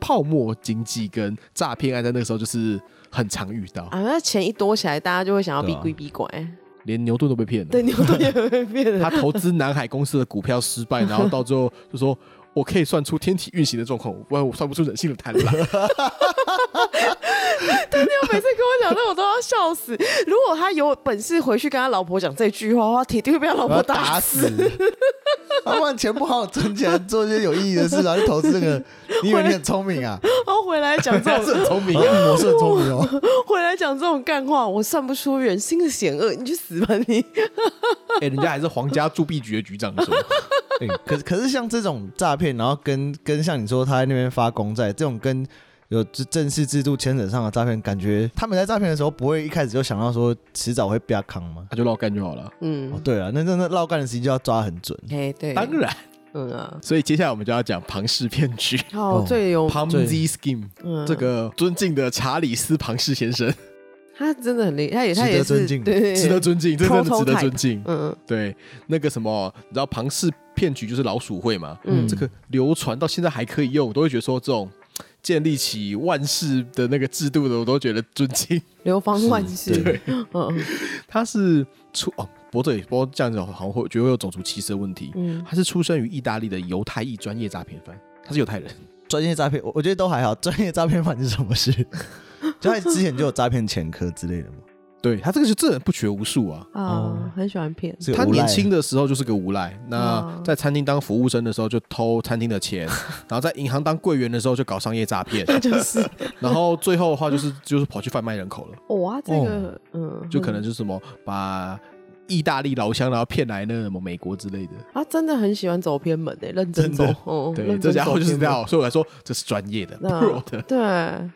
Speaker 3: 泡沫经济跟诈骗案，在那个时候就是很常遇到，
Speaker 4: 啊，那钱一多起来，大家就会想要
Speaker 1: 对
Speaker 4: 逼
Speaker 1: 啊
Speaker 4: 归逼拐，
Speaker 3: 连牛顿都被骗了
Speaker 4: 对，。牛顿也会 变
Speaker 3: 他
Speaker 4: 的，
Speaker 3: 投资南海公司的股票失败，然后到最后就说。我可以算出天体运行的状况，我我算不出人性的贪婪。
Speaker 4: 他每次跟我讲那我都要笑死。如果他有本事回去跟他老婆讲这句话的话，铁定会被他老
Speaker 1: 我
Speaker 4: 婆
Speaker 1: 要
Speaker 4: 打
Speaker 1: 打
Speaker 4: 死。
Speaker 1: 死。他把钱不好好存起来，做一些有意义的事，然后去投资那个。你以为你很聪明啊？
Speaker 4: 然后回来讲 这
Speaker 3: 他
Speaker 4: 种，
Speaker 3: 是很聪明
Speaker 1: 啊
Speaker 3: 啊，
Speaker 1: 我是很聪明哦。
Speaker 4: 回来讲这种干话，我算不出人心的险恶，你去死吧你！
Speaker 3: 哎、人家还是皇家铸币局的局长说，
Speaker 1: 欸可是可是像这种诈骗，然后跟跟像你说他在那边发公债这种跟有正正式制度牵扯上的诈骗，感觉他们在诈骗的时候不会一开始就想到说迟早会被他扛吗？
Speaker 3: 他就绕干就好了。
Speaker 1: 哦
Speaker 4: 嗯，，
Speaker 1: 对了，那那那绕干的时机就要抓很准。
Speaker 4: 哎、对，
Speaker 3: 当然，
Speaker 4: 嗯啊，
Speaker 3: 所以接下来我们就要讲庞氏骗局
Speaker 4: 好，
Speaker 1: 哦
Speaker 4: 最有
Speaker 3: （Ponzi Scheme）。
Speaker 4: 嗯
Speaker 3: 这个尊敬的查理斯·庞氏先生，
Speaker 4: 他真的很厉害，他也他
Speaker 1: 值得
Speaker 4: 也是
Speaker 1: 尊敬
Speaker 4: 对，
Speaker 3: 值得尊敬，这真的值得
Speaker 4: Prototype
Speaker 3: 尊敬。
Speaker 4: 嗯
Speaker 3: 对，那个什么，你知道庞氏骗局就是老鼠会嘛？
Speaker 4: 嗯
Speaker 3: 这个流传到现在还可以用，我都会觉得说这种建立起万世的那个制度的，我都觉得尊敬。
Speaker 4: 流芳万世，
Speaker 1: 对
Speaker 4: 嗯
Speaker 3: 他是出哦，不过这里不过这样子好像会觉得会有种族歧视的问题。
Speaker 4: 嗯
Speaker 3: 他是出生于意大利的犹太裔专业诈骗犯，他是犹太人。
Speaker 1: 专业诈骗，我我觉得都还好。专业诈骗犯是什么事？ 就他之前就有诈骗前科之类的嘛。
Speaker 3: 对他这个就这人不学无术啊，
Speaker 4: 啊，很喜欢骗，
Speaker 1: 是
Speaker 3: 他
Speaker 1: 无赖啊
Speaker 3: 年轻的时候就是个无赖，那
Speaker 4: 哦
Speaker 3: 在餐厅当服务生的时候就偷餐厅的钱，然后在银行当柜员的时候就搞商业诈骗，
Speaker 4: 就是
Speaker 3: 然后最后的话就是就是跑去贩卖人口了，
Speaker 4: 哇，这个嗯，
Speaker 3: 就可能就是什么把意大利老乡然后骗来那什么美国之类的。
Speaker 4: 他真的很喜欢走偏门诶，认真走，哦，
Speaker 3: 对，
Speaker 4: 认
Speaker 3: 这
Speaker 4: 真
Speaker 3: 家
Speaker 4: 走
Speaker 3: 伙就是
Speaker 4: 偏
Speaker 3: 这
Speaker 4: 门
Speaker 3: 样，所以我来说这是专业的
Speaker 4: 那
Speaker 3: pro 的。
Speaker 4: 对，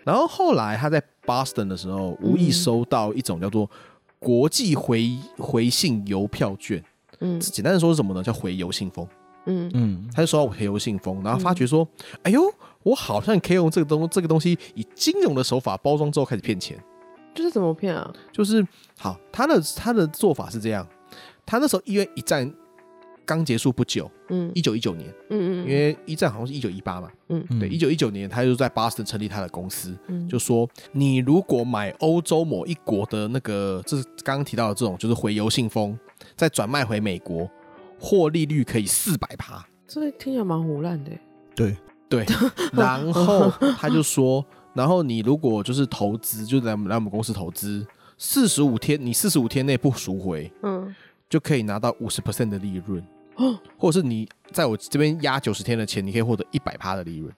Speaker 3: 然后后来他在 Boston 的时候，无
Speaker 4: 嗯
Speaker 3: 意收到一种叫做国际回回信邮票券，
Speaker 4: 嗯
Speaker 3: 简单的说是什么呢？叫回邮信封。
Speaker 4: 嗯
Speaker 1: 嗯，
Speaker 3: 他就收到回邮信封，然后发觉说，哎呦，我好像可以用这个东这个东西以金融的手法包装之后开始骗钱。
Speaker 4: 就是怎么骗啊？
Speaker 3: 就是好，他的他的做法是这样，他那时候医院一战刚结束不久，
Speaker 4: 嗯
Speaker 3: 一九一九年，因
Speaker 4: 嗯嗯，
Speaker 3: 为一战好像是一九一八嘛，
Speaker 4: 嗯
Speaker 3: 对，一九一九年他就在 Boston 成立他的公司，
Speaker 4: 嗯
Speaker 3: 就说你如果买欧洲某一国的那个，这是刚刚提到的这种，就是回邮信封，再转卖回美国，获利率可以四百趴，
Speaker 4: 这听起来蛮胡乱的欸，
Speaker 1: 对，
Speaker 3: 对，然后他就说，然后你如果就是投资，就来来我们公司投资，四十五天，你四十五天内不赎回，
Speaker 4: 嗯
Speaker 3: 就可以拿到五十 percent 的利润
Speaker 4: 哦，
Speaker 3: 或者是你在我这边压九十天的钱，你可以获得一百趴的利润。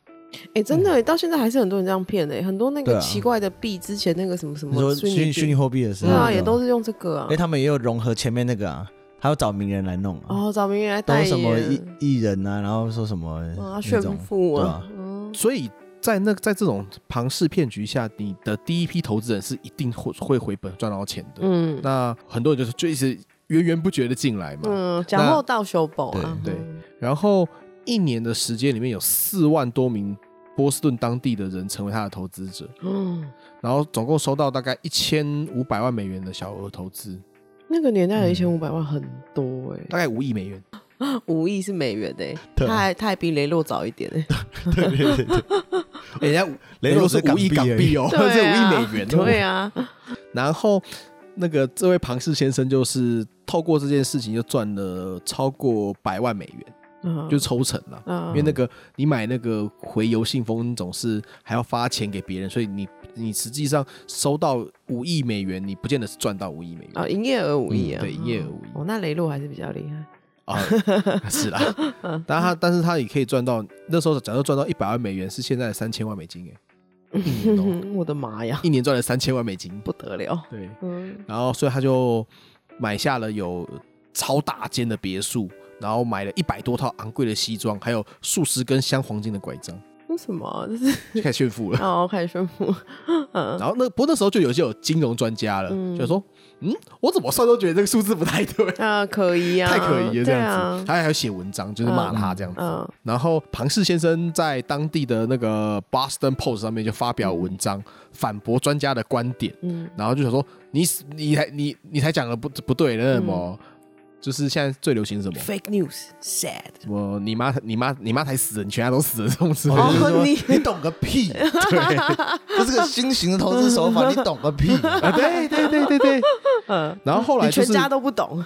Speaker 4: 哎，真的欸，到现在还是很多人这样骗的欸，很多那
Speaker 1: 对
Speaker 4: 个
Speaker 1: 啊
Speaker 4: 奇怪的币，之前那个什么什
Speaker 1: 你
Speaker 4: 么
Speaker 1: 说虚拟虚拟
Speaker 4: 币
Speaker 1: 货币的时
Speaker 4: 对
Speaker 1: 候，
Speaker 4: 啊，也都是用这个啊
Speaker 1: 哎、，他们也有融合前面那个啊，他要找名人来弄啊，
Speaker 4: 哦，找名人来
Speaker 1: 都
Speaker 4: 代
Speaker 1: 什么艺
Speaker 4: 言，
Speaker 1: 艺人啊，然后说什么
Speaker 4: 啊，
Speaker 1: 那
Speaker 4: 炫
Speaker 1: 种
Speaker 4: 富
Speaker 1: 对
Speaker 4: 啊
Speaker 1: 啊，
Speaker 4: 嗯
Speaker 3: 所以在那在这种庞氏骗局下，你的第一批投资人是一定会会回本赚到钱的。
Speaker 4: 嗯
Speaker 3: 那很多人就是就一直源源不绝的进来嘛。
Speaker 4: 嗯，讲后到修补啊，
Speaker 3: 对然后一年的时间里面有四万多名波士顿当地的人成为他的投资者，
Speaker 4: 嗯，
Speaker 3: 然后总共收到大概一千五百万美元的小额投资，
Speaker 4: 那个年代的一千五百万很多哎、
Speaker 3: 大概五亿美 元。
Speaker 4: 五亿是美元哎、
Speaker 1: 对啊
Speaker 4: 他还他还比雷洛早一点哎、
Speaker 1: 对对对对，
Speaker 3: 哎人家
Speaker 1: 雷诺
Speaker 3: 是
Speaker 1: 是
Speaker 3: 五亿港
Speaker 1: 港
Speaker 3: 币
Speaker 1: 币
Speaker 3: 哦，
Speaker 4: 对
Speaker 3: 是
Speaker 4: 啊
Speaker 3: 五亿美元。哦
Speaker 4: 对啊，
Speaker 3: 然后那个这位庞氏先生就是透过这件事情就赚了超过百万美元，
Speaker 4: 嗯
Speaker 3: 就抽成了。
Speaker 4: 嗯
Speaker 3: 因为那个你买那个回邮信封总是还要发钱给别人，所以你你实际上收到五亿美元，你不见得是赚到五亿美元
Speaker 4: 啊，营业额五亿啊，
Speaker 3: 嗯对营业额五亿
Speaker 4: 哦，那雷洛还是比较厉害，
Speaker 3: 啊、是啦。
Speaker 4: 嗯
Speaker 3: 但他但是他也可以赚到那时候假设赚到一百万美元，是现在的三千万美金哎、一年哦
Speaker 4: 我的妈呀，
Speaker 3: 一年赚了三千万美金，
Speaker 4: 不得了，
Speaker 3: 对，
Speaker 4: 嗯
Speaker 3: 然后所以他就买下了有超大间的别墅，然后买了一百多套昂贵的西装，还有数十根镶黄金的拐杖，
Speaker 4: 为什么啊这是
Speaker 3: 就开始炫富了。
Speaker 4: 哦，开始炫富，嗯
Speaker 3: 然后那不过那时候就有些有金融专家了，
Speaker 4: 嗯
Speaker 3: 就说，嗯，我怎么算都觉得这个数字不太对，
Speaker 4: 啊，可疑啊，
Speaker 3: 太可疑了这
Speaker 4: 对
Speaker 3: 样子。
Speaker 4: 啊，
Speaker 3: 他还有写文章，就是骂他这样子。
Speaker 4: 嗯
Speaker 3: 然后庞氏先生在当地的那个 Boston Post 上面就发表文章，反驳专家的观点。
Speaker 4: 嗯
Speaker 3: 然后就想说你死你才你你才讲的不不对，那什么、
Speaker 4: 嗯
Speaker 3: 就是现在最流行什么
Speaker 4: ，fake news sad，
Speaker 3: 什么你妈你妈你妈才死了，你全家都死了这种事。
Speaker 1: 就是
Speaker 4: 哦
Speaker 1: 说
Speaker 4: 你
Speaker 1: 你懂个 屁，这是个新型的投资手法，你懂个屁。
Speaker 3: 啊，对对对对对，
Speaker 4: 嗯，
Speaker 3: 然后后来
Speaker 4: 你
Speaker 3: 就
Speaker 4: 全
Speaker 3: 是，
Speaker 4: 家都不 懂，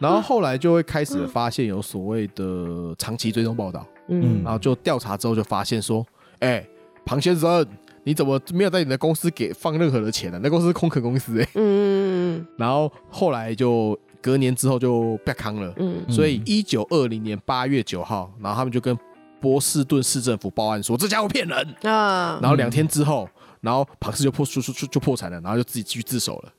Speaker 3: 然后后来就会开始发现有所谓的长期追踪报道，
Speaker 4: 嗯
Speaker 3: 然后就调查之后就发现说，哎、庞先生，你怎么没有在你的公司给放任何的钱呢、啊那公司是空壳公司哎、
Speaker 4: 嗯嗯
Speaker 3: 然后后来就隔年之后就被康了，
Speaker 4: 嗯
Speaker 3: 所以一九二零年八月九号，然后他们就跟波士顿市政府报案说这家伙骗人，
Speaker 4: 嗯啊，
Speaker 3: 然后两天之后，然后庞氏就破就就就破产了，然后就自己继续自首了。
Speaker 4: 嗯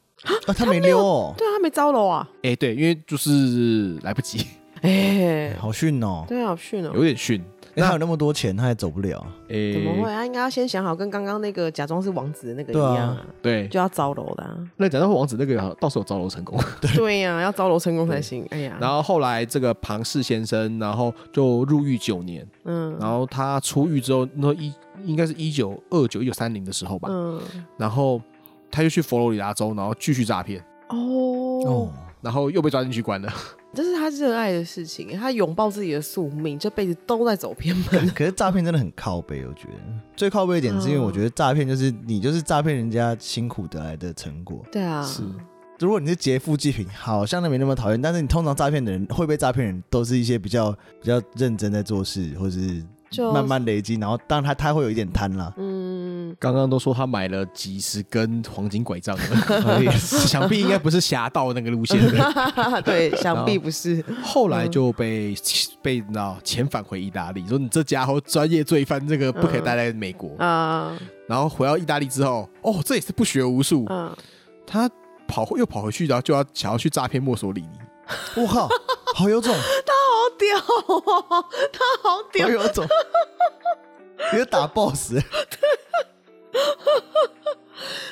Speaker 1: 啊，他没溜哦，
Speaker 4: 对啊，他没招楼啊，
Speaker 3: 哎，对，因为就是来不及，
Speaker 4: 哎、
Speaker 1: 好逊哦。
Speaker 4: 对啊，好逊哦，
Speaker 3: 有点逊。哎
Speaker 1: 那
Speaker 3: 那
Speaker 1: 他有那么多钱，他还走不了。
Speaker 3: 诶、
Speaker 4: 怎么会？他应该要先想好，跟刚刚那个假装是王子的那个
Speaker 1: 对啊
Speaker 4: 一样啊，
Speaker 3: 对，
Speaker 4: 就要嗯招楼的啊。
Speaker 3: 那讲到王子那个，倒是有招楼成功。
Speaker 4: 对呀，要招楼成功才行。哎呀，
Speaker 3: 然后后来这个庞氏先生，然后就入狱九年，
Speaker 4: 嗯
Speaker 3: 然后他出狱之后，那一应该是一九二九一九三零的时候吧，
Speaker 4: 嗯
Speaker 3: 然后他就去佛罗里达州，然后继续诈骗，
Speaker 4: 哦
Speaker 1: 哦，，
Speaker 3: 然后又被抓进去关了。
Speaker 4: 这是他热爱的事情，他拥抱自己的宿命，这辈子都在走偏门。
Speaker 1: 可是诈骗真的很靠背，我觉得最靠背一点是因
Speaker 4: 嗯
Speaker 1: 为我觉得诈骗就是你就是诈骗人家辛苦得来的成果。
Speaker 4: 对啊，
Speaker 1: 如果你是劫富济贫，好像那没那么讨厌，但是你通常诈骗的人会被诈骗的人都是一些比较比较认真在做事，或是
Speaker 4: 就
Speaker 1: 慢慢累积，然后当然他他会有一点贪啦。
Speaker 4: 嗯，
Speaker 3: 刚刚都说他买了几十根黄金拐 杖了，哎想必应该不是侠盗那个路线的。
Speaker 4: 对，想必不是。
Speaker 3: 后来就被、被那遣返回意大利，说你这家伙专业罪犯，这个不可以待在美国。
Speaker 4: 啊
Speaker 3: 然后回到意大利之后，哦，这也是不学无术，
Speaker 4: 嗯，
Speaker 3: 他跑又跑回去，然后就要想要去诈骗墨索里尼。
Speaker 1: 我靠，好有种，
Speaker 4: 好屌哦，他好屌
Speaker 1: 好，有 种，你在打 boss，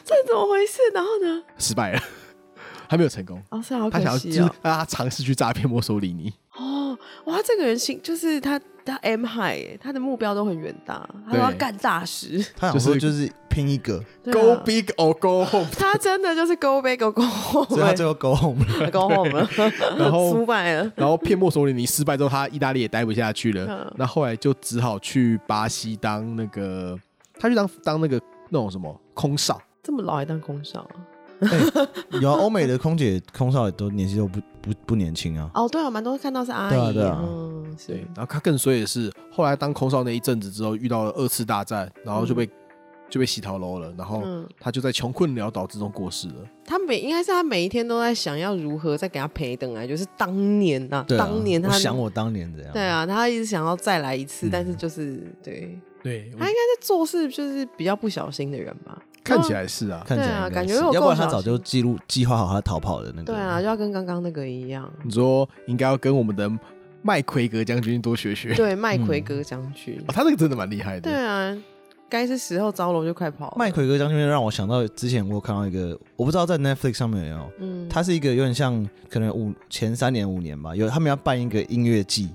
Speaker 4: 这怎么回事？然后呢？
Speaker 3: 失败了， 还没有成功。
Speaker 4: 老师好
Speaker 3: 他想
Speaker 4: 可
Speaker 3: 要
Speaker 4: 惜
Speaker 3: 就是
Speaker 4: 哦。
Speaker 3: 让他尝试去诈骗墨索里尼，
Speaker 4: 哦，哇，这个人心就是他，他 M high，耶他的目标都很远大，他都
Speaker 3: 对
Speaker 4: 要干大事。
Speaker 1: 他想说
Speaker 3: 就是
Speaker 1: 就是拼一个，
Speaker 4: 对啊
Speaker 3: Go big or go home。
Speaker 4: 他真的就是 go big go go
Speaker 1: 所以他
Speaker 4: home，
Speaker 1: 最后 go home 了。
Speaker 4: 欸 go home 了，
Speaker 3: 然后
Speaker 4: 出卖了。
Speaker 3: 然后骗墨索里尼失败之后，他意大利也待不下去了
Speaker 4: 嗯，
Speaker 3: 那后来就只好去巴西当那个，他去当当那个那种什么空少，
Speaker 4: 这么老还当空少啊？
Speaker 1: 有啊，欧美的空姐、空少也都年纪都不不不年轻啊。
Speaker 4: 哦，对啊，蛮多看到是阿
Speaker 1: 对啊
Speaker 4: 姨，
Speaker 1: 对啊
Speaker 4: 嗯，是
Speaker 3: 对，然后他更衰的是，后来当空少那一阵子之后，遇到了二次大战，然后就被、就被洗头楼了，然后
Speaker 4: 嗯哎
Speaker 3: 他就在穷困潦倒之中过世了。
Speaker 4: 他每应该是他每一天都在想要如何再给他陪等啊，就是当年呐、
Speaker 1: 对啊，
Speaker 4: 当年他
Speaker 1: 我想嗯我当年怎样？
Speaker 4: 对，啊，他一直想要再来一次，但是就是对
Speaker 3: 对，
Speaker 4: 他应该是做事就是比较不小心的人吧？
Speaker 3: 看起来是啊。
Speaker 1: 看起来
Speaker 4: 对啊
Speaker 1: 应该
Speaker 4: 感觉
Speaker 1: 是
Speaker 4: 有
Speaker 1: 要不然
Speaker 4: 够
Speaker 1: 他
Speaker 4: 小
Speaker 1: 早就记录计划好他逃跑的那个。
Speaker 4: 对啊，就要跟刚刚那个一样，
Speaker 1: 嗯
Speaker 3: 你说应该要跟我们的麦奎格将军多学学，
Speaker 4: 对麦奎格将 军，
Speaker 1: 嗯
Speaker 3: 哦、他那个真的蛮厉害
Speaker 4: 对
Speaker 3: 的。
Speaker 4: 啊，该是时候招楼就快跑了。
Speaker 1: 麦奎格将军让我想到之前我有看到一个，我不知道在 Netflix 上面有没有，
Speaker 4: 嗯，
Speaker 1: 它是一个有点像可能五前三年五年吧，有他们要办一个音乐季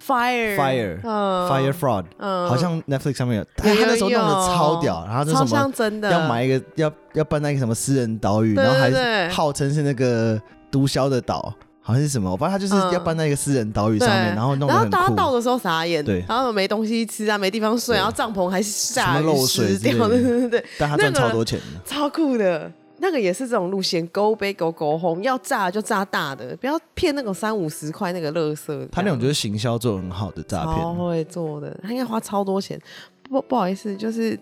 Speaker 4: fire
Speaker 1: Fire
Speaker 4: 嗯
Speaker 1: Fire Fraud，
Speaker 4: 嗯
Speaker 1: 好像 Netflix 上面有，
Speaker 4: 有
Speaker 1: 他他那时候弄的超屌，
Speaker 4: 有
Speaker 1: 然后就
Speaker 4: 超
Speaker 1: 什
Speaker 4: 像
Speaker 1: 么
Speaker 4: 真的
Speaker 1: 要买一个要要办那个什么私人岛屿，
Speaker 4: 对
Speaker 1: 然后还
Speaker 4: 对对
Speaker 1: 是号称是那个毒枭的岛，好像是什么，我反正他就是
Speaker 4: 嗯
Speaker 1: 要办在一个私人岛屿上面，
Speaker 4: 对
Speaker 1: 然后弄得
Speaker 4: 然后
Speaker 1: 很
Speaker 4: 大家到
Speaker 1: 酷。
Speaker 4: 的时候傻眼，
Speaker 1: 对
Speaker 4: 然后没东西吃啊，没地方睡，
Speaker 1: 对
Speaker 4: 然后帐篷还是下
Speaker 1: 什么
Speaker 4: 雨
Speaker 1: 漏水
Speaker 4: 湿
Speaker 1: 之类
Speaker 4: 掉，
Speaker 1: 的
Speaker 4: 对对对对，
Speaker 1: 但他赚超多钱的，
Speaker 4: 超酷的。那个也是这种路线，Go big go go home，要炸就炸大的，不要骗那种三五十块那个乐色。
Speaker 1: 他那种就是行销做得很好的诈
Speaker 4: 超
Speaker 1: 骗，
Speaker 4: 会做的，他应该花超多钱。不不好意思，就是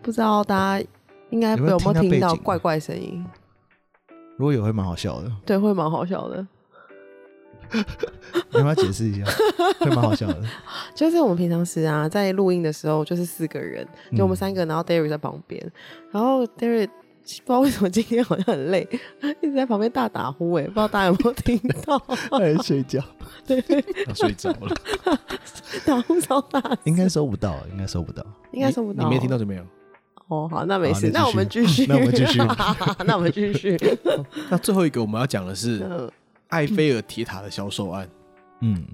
Speaker 4: 不知道大家应该
Speaker 1: 有没有
Speaker 4: 有没
Speaker 1: 听
Speaker 4: 有
Speaker 1: 到
Speaker 4: 听到
Speaker 1: 背景啊
Speaker 4: 怪怪声音？
Speaker 1: 如果有会蛮好笑的，
Speaker 4: 对，会蛮好笑的。
Speaker 1: 你要不要解释一 下？会蛮好笑的。
Speaker 4: 就是我们平常时啊，在录音的时候就是四个人，就
Speaker 1: 嗯
Speaker 4: 我们三个，然后 Derry 在旁边，然后 Derry 不知道为什么今天好像很累，一直在旁边大打呼哎、不知道大家有没有听到？
Speaker 1: 在睡觉，
Speaker 3: 他啊睡着了，
Speaker 4: 打呼超大声，
Speaker 1: 应该收不到，应该收不到。
Speaker 4: 应该收不到。
Speaker 3: 你没听到啊就没有。
Speaker 4: 哦，好，那没
Speaker 1: 好
Speaker 4: 事，
Speaker 1: 那
Speaker 4: 那
Speaker 1: 继
Speaker 4: 我们
Speaker 1: 续
Speaker 4: 继续，
Speaker 1: 那我们继续，
Speaker 4: 那我们继 续。
Speaker 3: 那最后一个我们要讲的是
Speaker 4: 嗯，
Speaker 3: 埃菲尔铁塔的销售案。
Speaker 1: 嗯，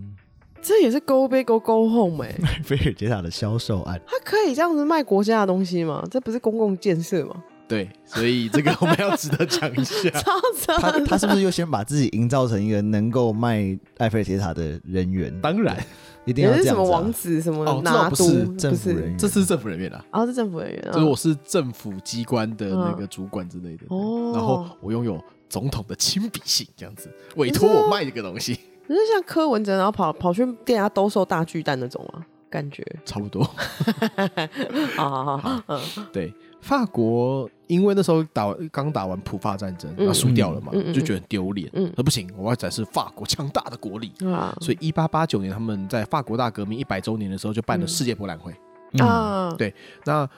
Speaker 4: 这也是 Go Big Go Go Home 哎、
Speaker 1: 菲尔杰塔的销售 案，
Speaker 4: 他可以这样子卖国家的东西吗？这不是公共建 设吗？
Speaker 3: 对，所以这个我们要值得讲一 下。
Speaker 4: 超扯
Speaker 1: 他他是不是又先把自己营造成一个能够卖埃菲尔铁塔的人员？
Speaker 3: 当然，
Speaker 1: 一定
Speaker 4: 也
Speaker 1: 要这
Speaker 4: 是什
Speaker 1: 样
Speaker 4: 么
Speaker 1: 子、啊
Speaker 4: 王。子什么
Speaker 3: 哦这
Speaker 4: 拿
Speaker 3: 倒不
Speaker 4: 督，
Speaker 3: 是
Speaker 1: 政府人员，
Speaker 3: 这是政府人员啦，
Speaker 4: 哦，是政府人员啊，
Speaker 3: 就是我是政府机关的那个主管之类的，
Speaker 4: 哦
Speaker 3: 然后我拥有总统的亲笔信，这样子委托我卖这个东西，
Speaker 4: 你是像柯文哲，然后跑跑去店家兜售大巨蛋那种吗？感觉
Speaker 3: 差不多。
Speaker 4: 好好好，嗯
Speaker 3: 对，法国因为那时候打刚打完普法战争，然后输掉了嘛，
Speaker 4: 嗯嗯嗯
Speaker 3: 就觉得很丢脸，
Speaker 4: 嗯
Speaker 3: 说不行，我要展示法国强大的国力。
Speaker 4: 啊
Speaker 3: 所以，一八八九年，他们在法国大革命一百周年的时候，就办了世界博览会。
Speaker 1: 嗯，
Speaker 4: 啊，
Speaker 3: 对那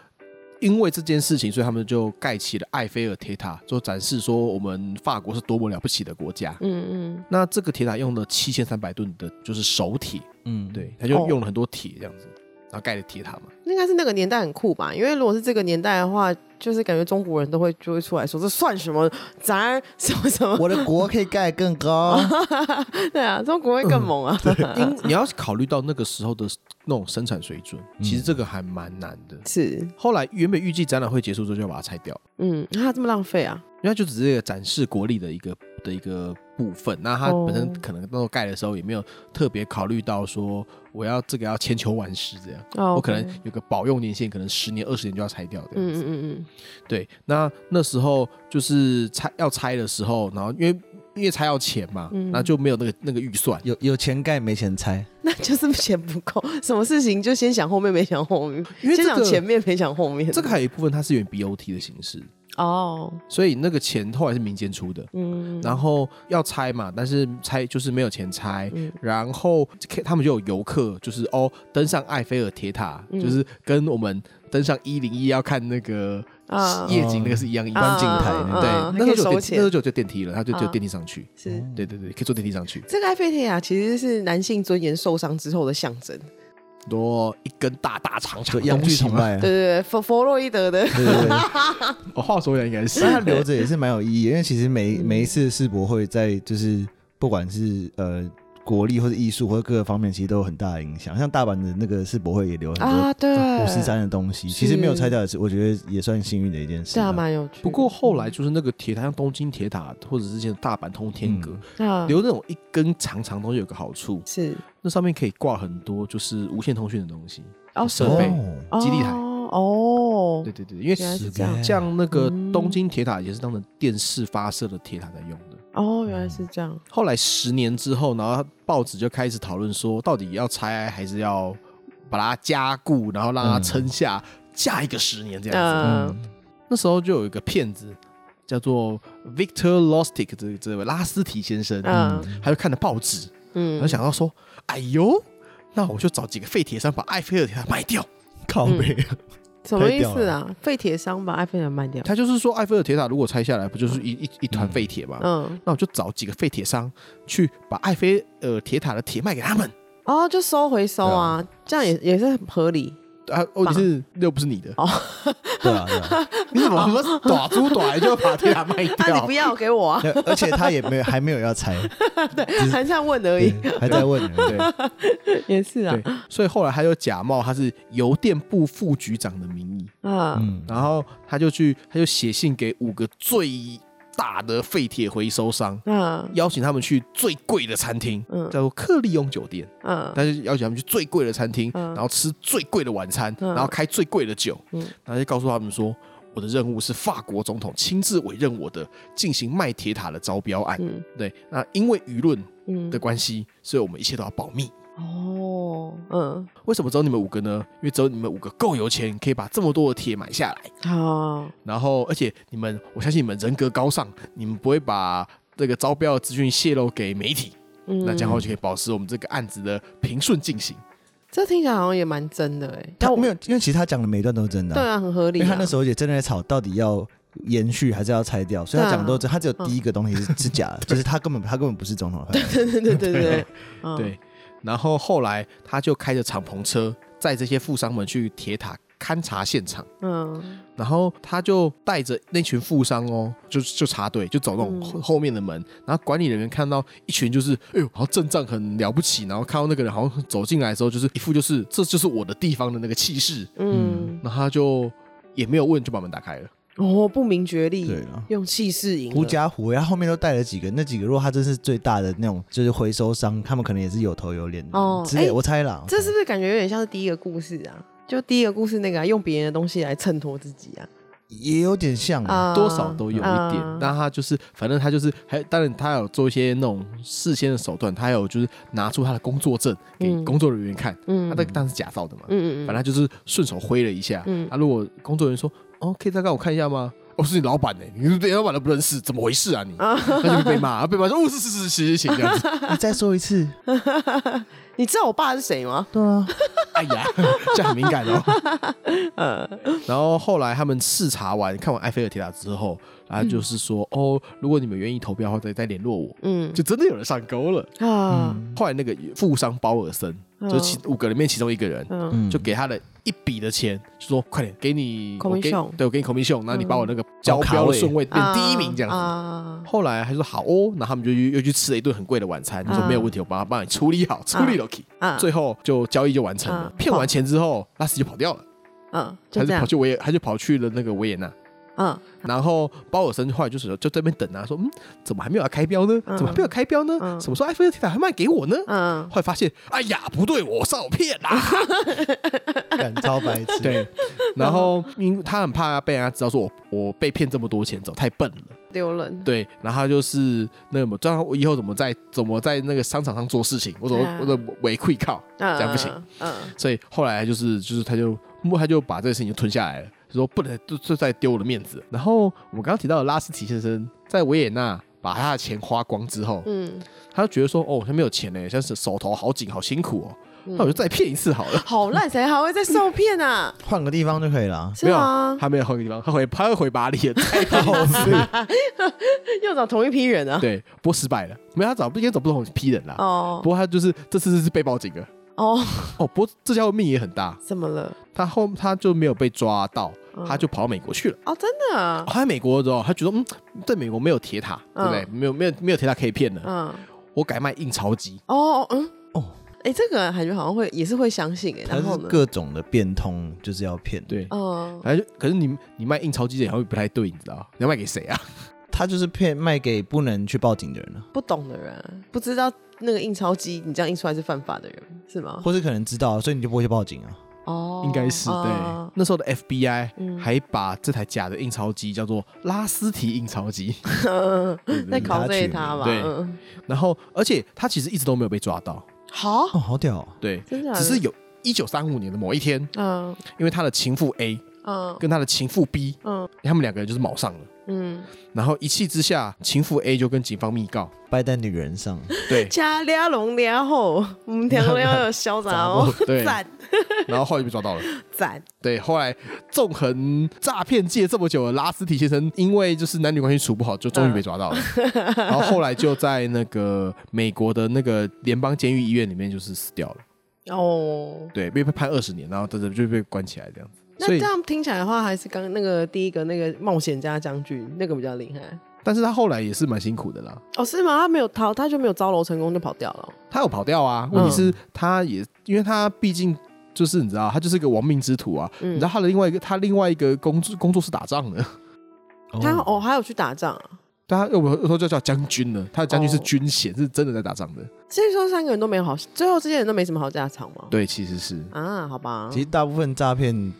Speaker 3: 因为这件事情，所以他们就盖起了埃菲尔铁塔，就展示说我们法国是多么了不起的国家。
Speaker 4: 嗯
Speaker 3: 那这个铁塔用了七千三百吨的，就是手铁，
Speaker 1: 嗯，
Speaker 3: 对，它就
Speaker 4: 哦
Speaker 3: 用了很多铁这样子。然后盖了铁塔嘛。
Speaker 4: 那应该是那个年代很酷吧？因为如果是这个年代的话，就是感觉中国人都会就会出来说这算什么咱儿什么什么，
Speaker 1: 我的国可以盖更 高，
Speaker 4: 对啊，中国会更猛
Speaker 3: 嗯
Speaker 4: 啊！
Speaker 3: 因你要考虑到那个时候的那种生产水准，其实这个还蛮难的。
Speaker 4: 是，
Speaker 3: 后来原本预计展览会结束之后就要把它拆掉，
Speaker 4: 嗯，啊，这么浪费啊？
Speaker 3: 因为它就只是一个展示国力的一个的一个部分。那它本身可能那时候盖的时候也没有特别考虑到说我要这个要千秋万世这样，
Speaker 4: 哦，
Speaker 3: 我可能
Speaker 4: OK
Speaker 3: 有个保用年限，可能十年二十年就要拆掉这样
Speaker 4: 嗯
Speaker 3: 子。
Speaker 4: 嗯嗯
Speaker 3: 对，那那时候就是拆要拆的时候，然后因为因为拆要钱嘛，
Speaker 4: 嗯
Speaker 3: 那就没有那个那个预算。
Speaker 1: 有有钱盖没钱拆，
Speaker 4: 嗯，那就是钱不够， 什么事情就先想后面，没想后面，
Speaker 3: 因为
Speaker 4: 先
Speaker 3: 这
Speaker 4: 想
Speaker 3: 个
Speaker 4: 前面，没想后面。
Speaker 3: 这个还有一部分它是有点 BOT 的形式，
Speaker 4: 哦，
Speaker 3: 所以那个钱后来是民间出的。
Speaker 4: 嗯，
Speaker 3: 然后要拆嘛，但是拆就是没有钱拆，
Speaker 4: 嗯
Speaker 3: 然后他们就有游客，就是哦登上埃菲尔铁塔，
Speaker 4: 嗯
Speaker 3: 就是跟我们登上一零一要看那个
Speaker 4: 啊
Speaker 3: 夜景那个是一样，一
Speaker 4: 观
Speaker 3: 样
Speaker 4: 景
Speaker 3: 景
Speaker 4: 台
Speaker 3: 台。
Speaker 4: 啊
Speaker 3: 对
Speaker 4: 啊啊，
Speaker 3: 那时候就有
Speaker 4: 还可
Speaker 3: 电
Speaker 4: 以收钱
Speaker 3: 那时候就有电梯了，他就就
Speaker 4: 啊
Speaker 3: 电梯上去。
Speaker 4: 是
Speaker 3: 对对对，可以坐电梯上去，
Speaker 4: 这个埃菲特亚其实是男性尊严受伤之后的象征。
Speaker 3: 嗯多一根大大长长
Speaker 1: 就
Speaker 3: 的
Speaker 1: 洋
Speaker 3: 东
Speaker 1: 剧
Speaker 3: 西
Speaker 1: 崇
Speaker 3: 嘛。
Speaker 1: 拜啊
Speaker 4: 对。对对，弗弗洛伊 德的
Speaker 1: 对对 对，
Speaker 3: 哦，话说回来应 该是
Speaker 1: 但他留着也是蛮有意义的，因为其实每
Speaker 4: 嗯
Speaker 1: 每一次世博会在就是不管是呃国力或者艺术或者各个方面，其实都有很大的影响。像大阪的那个世博会也留很多
Speaker 4: 啊，对，
Speaker 1: 五十三的东西，其实没有拆掉也是，我觉得也算幸运的一件事
Speaker 4: 对
Speaker 1: 啊。
Speaker 4: 啊，蛮有趣的。
Speaker 3: 不过后来就是那个铁塔，像东京铁塔或者之前的大阪通天阁，
Speaker 4: 啊，
Speaker 3: 留那种一根长长的东西有个好处，
Speaker 4: 是
Speaker 3: 那上面可以挂很多就是无线通讯的东西，
Speaker 4: 哦
Speaker 3: 设
Speaker 4: 是
Speaker 3: 备、
Speaker 1: 啊
Speaker 4: 哦
Speaker 3: 基地台。
Speaker 4: 哦
Speaker 3: 对，对对，因为
Speaker 4: 原来是这样
Speaker 1: 对
Speaker 3: 像那个
Speaker 4: 嗯
Speaker 3: 东京铁塔也是当成电视发射的铁塔在用的。
Speaker 4: 哦，原来是这样。
Speaker 3: 后来十年之后，然后报纸就开始讨论说，到底要拆还是要把它加固，然后让它撑下、下一个十年这样子。
Speaker 4: 嗯，
Speaker 3: 那时候就有一个骗子叫做 Victor Lustig 这这位拉斯提先生，
Speaker 4: 嗯
Speaker 3: 他就看了报纸，
Speaker 4: 嗯，
Speaker 3: 他就想到说，哎呦，那我就找几个废铁商把埃菲尔铁塔卖掉。
Speaker 1: 靠背，
Speaker 4: 嗯什么意思啊？废铁商把埃菲尔卖掉，
Speaker 3: 他就是说，埃菲尔铁塔如果拆下来，不就是一一一团废铁吗？
Speaker 4: 嗯，
Speaker 3: 那我就找几个废铁商去把埃菲尔铁塔的铁卖给他们。
Speaker 4: 哦，就收回收啊，这样也也是很合理。
Speaker 3: 啊，问题是又不是你的，
Speaker 1: 对啊，对啊。
Speaker 3: 你怎么短租短就把铁塔卖
Speaker 4: 啊，你
Speaker 3: 掉
Speaker 4: 不？要给 我啊，
Speaker 1: 那而且他也没有还没有要 拆，
Speaker 4: 还在问而已
Speaker 1: 对，，还在问人。 对，
Speaker 4: 也是啊
Speaker 3: 对，，所以后来他就假冒他是邮电部副局长的名义，
Speaker 4: 啊，
Speaker 1: 嗯，
Speaker 3: 然后他就去，他就写信给五个最大的废铁回收商，
Speaker 4: 啊，
Speaker 3: 邀请他们去最贵的餐厅，
Speaker 4: 嗯
Speaker 3: 叫做克利翁酒店。
Speaker 4: 嗯，
Speaker 3: 他就邀请他们去最贵的餐厅，
Speaker 4: 嗯
Speaker 3: 然后吃最贵的晚餐，
Speaker 4: 嗯
Speaker 3: 然后开最贵的酒，
Speaker 4: 嗯
Speaker 3: 然后就告诉他们说，我的任务是法国总统亲自委任我的进行卖铁塔的招标案。
Speaker 4: 嗯
Speaker 3: 对，那因为舆论
Speaker 4: 嗯
Speaker 3: 的，关系，所以我们一切都要保密。
Speaker 4: 哦，嗯，
Speaker 3: 为什么只有你们五个呢？因为只有你们五个够有钱，可以把这么多的铁买下来。
Speaker 4: 好，
Speaker 3: 然后，而且你们，我相信你们人格高尚，你们不会把这个招标的资讯泄露给媒体。
Speaker 4: 嗯，
Speaker 3: 那这样的话就可以保持我们这个案子的平顺进行。
Speaker 4: 这听起来好像也蛮真的哎，
Speaker 1: 他
Speaker 4: 但我
Speaker 1: 没有，因为其实他讲的每一段都是真的啊。
Speaker 4: 对啊，很合理
Speaker 1: 因
Speaker 4: 啊。
Speaker 1: 为他那时候也正在吵到底要延续还是要拆掉，所以他讲的都是
Speaker 4: 嗯
Speaker 1: 真，他只有第一个东西是是 假的，就是他根本他根本不是总统的派系。
Speaker 4: 对对对对对
Speaker 3: 对，
Speaker 4: 嗯，
Speaker 3: 对，然后后来他就开着敞篷车载这些富商们去铁塔勘察现场，
Speaker 4: 嗯
Speaker 3: 然后他就带着那群富商哦，就就插队，就走那种
Speaker 4: 嗯
Speaker 3: 后后面的门，然后管理人员看到一群就是，哎呦，好像阵仗很了不起，然后看到那个人好像走进来的时候，就是一副就是这就是我的地方的那个气势，
Speaker 4: 嗯，
Speaker 3: 然后他就也没有问就把门打开了，
Speaker 4: 哦，不明觉厉，
Speaker 1: 对
Speaker 3: 啊
Speaker 1: 了。
Speaker 4: 用气势赢了，
Speaker 1: 狐假虎威，他后面都带了几个，那几个如果他真是最大的那种，就是回收商，他们可能也是有头有脸的
Speaker 4: 哦
Speaker 1: 之类
Speaker 4: 哎
Speaker 1: 的，我猜啦。
Speaker 4: 这是不是感觉有点像是第一个故事啊？就第一个故事那个、啊、用别人的东西来衬托自己啊，
Speaker 1: 也有点像啊，
Speaker 4: 啊
Speaker 3: 嗯多少都有一点。
Speaker 4: 啊
Speaker 3: 那他就是，反正他就是，还当然他有做一些那种事先的手段，他有就是拿出他的工作证给
Speaker 4: 嗯
Speaker 3: 工作人员看，
Speaker 4: 嗯
Speaker 3: 他那个当然是假造的嘛，
Speaker 4: 嗯嗯嗯，
Speaker 3: 反正他就是顺手挥了一下。
Speaker 4: 嗯
Speaker 3: 啊，如果工作人员说，哦，可以再让我看一下吗？我、哦、是你老板呢、你是连老板都不认识，怎么回事啊你？那就被骂，被骂说哦是是是是行行行这样子，
Speaker 1: 你再说一次，
Speaker 4: 你知道我爸是谁吗？
Speaker 1: 对啊，
Speaker 3: 哎呀，这很敏感哦。然后后来他们视察完看完埃菲尔铁塔之后，然后就是说、哦，如果你们愿意投标的话，再再联络我。
Speaker 4: 嗯
Speaker 3: 就真的有人上钩了。
Speaker 4: 啊，
Speaker 3: 后来那个富商包尔森，就是其五个里面其中一个人，
Speaker 4: 嗯
Speaker 1: 嗯，
Speaker 3: 就给他了一笔的钱，就说快点给你，我给
Speaker 4: Commission 嗯
Speaker 3: 对我给你 commission，然后你把我那个交
Speaker 1: 哦卡
Speaker 3: 标的
Speaker 1: 位
Speaker 3: 顺位变第一名这样子。
Speaker 4: 啊，
Speaker 3: 后来他说好哦，那他们就又又去吃了一顿很贵的晚餐，就说
Speaker 4: 啊
Speaker 3: 没有问题，我帮他帮你处理好，处理了 k
Speaker 4: 啊
Speaker 3: 最后就交易就完成了
Speaker 4: 啊。
Speaker 3: 骗完钱之后，拉斯就跑掉了，
Speaker 4: 嗯，
Speaker 3: 他
Speaker 4: 就这
Speaker 3: 就
Speaker 4: 样
Speaker 3: 跑，去维也，他就跑去了那个维也纳。
Speaker 4: 嗯
Speaker 3: 然后包尔森后来就是就在那边等啊，说嗯，怎么还没有要开标呢？
Speaker 4: 嗯
Speaker 3: 怎么还没有开标呢？
Speaker 4: 嗯
Speaker 3: 什么时候埃菲尔铁塔还卖给我呢？
Speaker 4: 嗯
Speaker 3: 后来发现，哎呀，不对，我受骗啦。
Speaker 1: 干超白痴，
Speaker 3: 对，然后因为他很怕被人家知道说我我被骗这么多钱，走太笨了。
Speaker 4: 丢人，
Speaker 3: 对，然后他就是那么，这样我以后怎么在怎么在那个商场上做事情，我怎么、
Speaker 4: 啊
Speaker 3: 我怎么违规靠，这样不行。
Speaker 4: 嗯，
Speaker 3: 所以后来就是就是他就他就把这个事情就吞下来了，就说不能就就再丢我的面子。然后我们刚刚提到的拉斯提先生在维也纳把他的钱花光之后，
Speaker 4: 嗯嗯，
Speaker 3: 他就觉得说哦，他没有钱呢，像是手头好紧，好辛苦哦，那我就再骗一次好了。
Speaker 4: 好烂，谁还会再受骗啊？
Speaker 1: 换个地方就可以了啊。
Speaker 4: 是
Speaker 3: 没有
Speaker 4: 吗，？
Speaker 3: 他没有换个地方，他回他回巴黎了，再骗一次
Speaker 4: 又找同一批人啊？
Speaker 3: 对，不过失败了，没有他找应该找不同批人啦。
Speaker 4: 哦
Speaker 3: 不过他就是这次是被报警了，
Speaker 4: 哦，
Speaker 3: 哦，不过这家伙命也很大，
Speaker 4: 怎么了？
Speaker 3: 他后他就没有被抓到，
Speaker 4: 嗯
Speaker 3: 他就跑到美国去了。
Speaker 4: 哦，真的啊
Speaker 3: 哦，他在美国的时候，他觉得嗯，在美国没有铁塔，对
Speaker 4: 嗯
Speaker 3: 不对？没有没有没有铁塔可以骗的，
Speaker 4: 嗯，
Speaker 3: 我改卖印钞机。
Speaker 4: 哦，嗯，
Speaker 1: 哦，
Speaker 4: 哎，这个感觉好像会也是会相信哎，
Speaker 1: 他
Speaker 4: 然后
Speaker 1: 是
Speaker 4: 呢？
Speaker 1: 各种的变通，就是要骗。，
Speaker 3: 对，
Speaker 4: 嗯，
Speaker 3: 反正就可是你你卖印钞机的好像不太对，你知道？你要卖给谁啊？
Speaker 1: 他就是骗卖给不能去报警的人了，啊
Speaker 4: 不懂的人啊不知道那个印钞机你这样印出来是犯法的人是吗？
Speaker 1: 或是可能知道，所以你就不会去报警啊。
Speaker 4: 哦，
Speaker 3: 应该是对
Speaker 4: 哦。
Speaker 3: 那时候的 FBI
Speaker 4: 嗯
Speaker 3: 还把这台假的印钞机叫做拉斯提印钞机，
Speaker 4: 在考这一他吧？
Speaker 3: 对
Speaker 4: 嗯，
Speaker 3: 然后而且他其实一直都没有被抓到，
Speaker 4: 好，
Speaker 1: 哦，好屌、哦！
Speaker 3: 对，
Speaker 4: 真的假的
Speaker 3: 只是有一九三五年的某一天，
Speaker 4: 嗯
Speaker 3: 因为他的情妇 A
Speaker 4: 嗯
Speaker 3: 跟他的情妇 B，
Speaker 4: 嗯
Speaker 3: 他们两个人就是卯上了，
Speaker 4: 嗯，
Speaker 3: 然后一气之下，情妇 A 就跟警方密告，
Speaker 1: 败在女人上，
Speaker 3: 对，
Speaker 4: 加俩龙俩后，嗯，条龙要有潇洒哦，
Speaker 3: 对
Speaker 4: 赞
Speaker 3: 然后后来就被抓到了。
Speaker 4: 赞，
Speaker 3: 对，后来纵横诈骗界这么久的拉斯提先生，因为就是男女关系处不好，就终于被抓 到了。然后后来就在那个美国的那个联邦监狱医院里面就是死掉了，
Speaker 4: 哦。
Speaker 3: 对，被被判二十年，然后在这就被关起来这样子。
Speaker 4: 那
Speaker 3: 所
Speaker 4: 这
Speaker 3: 以，
Speaker 4: 样听起来的话，还是刚那个第一个那个冒险家将军那个比较厉害
Speaker 3: 但是他后来也是蛮辛苦的啦。
Speaker 4: 哦，是吗？他没有逃，他就没有招楼成功就跑掉了哦。
Speaker 3: 他有跑掉啊，问题是他也，因为他毕竟就是你知道，他就是个亡命之徒啊。
Speaker 4: 嗯
Speaker 3: 你知道他的另外一个，他另外一个工作工作是打仗的，
Speaker 4: 他哦，还有去打仗啊，
Speaker 3: 对啊，我有时候就叫将军了。他的将军是
Speaker 4: 哦
Speaker 3: 军衔，是真的在打仗的。
Speaker 4: 所以说三个人都没有好，最后这些人都没什么好下场嘛。
Speaker 3: 对，其实是
Speaker 4: 啊，好吧，
Speaker 1: 其实大部分诈骗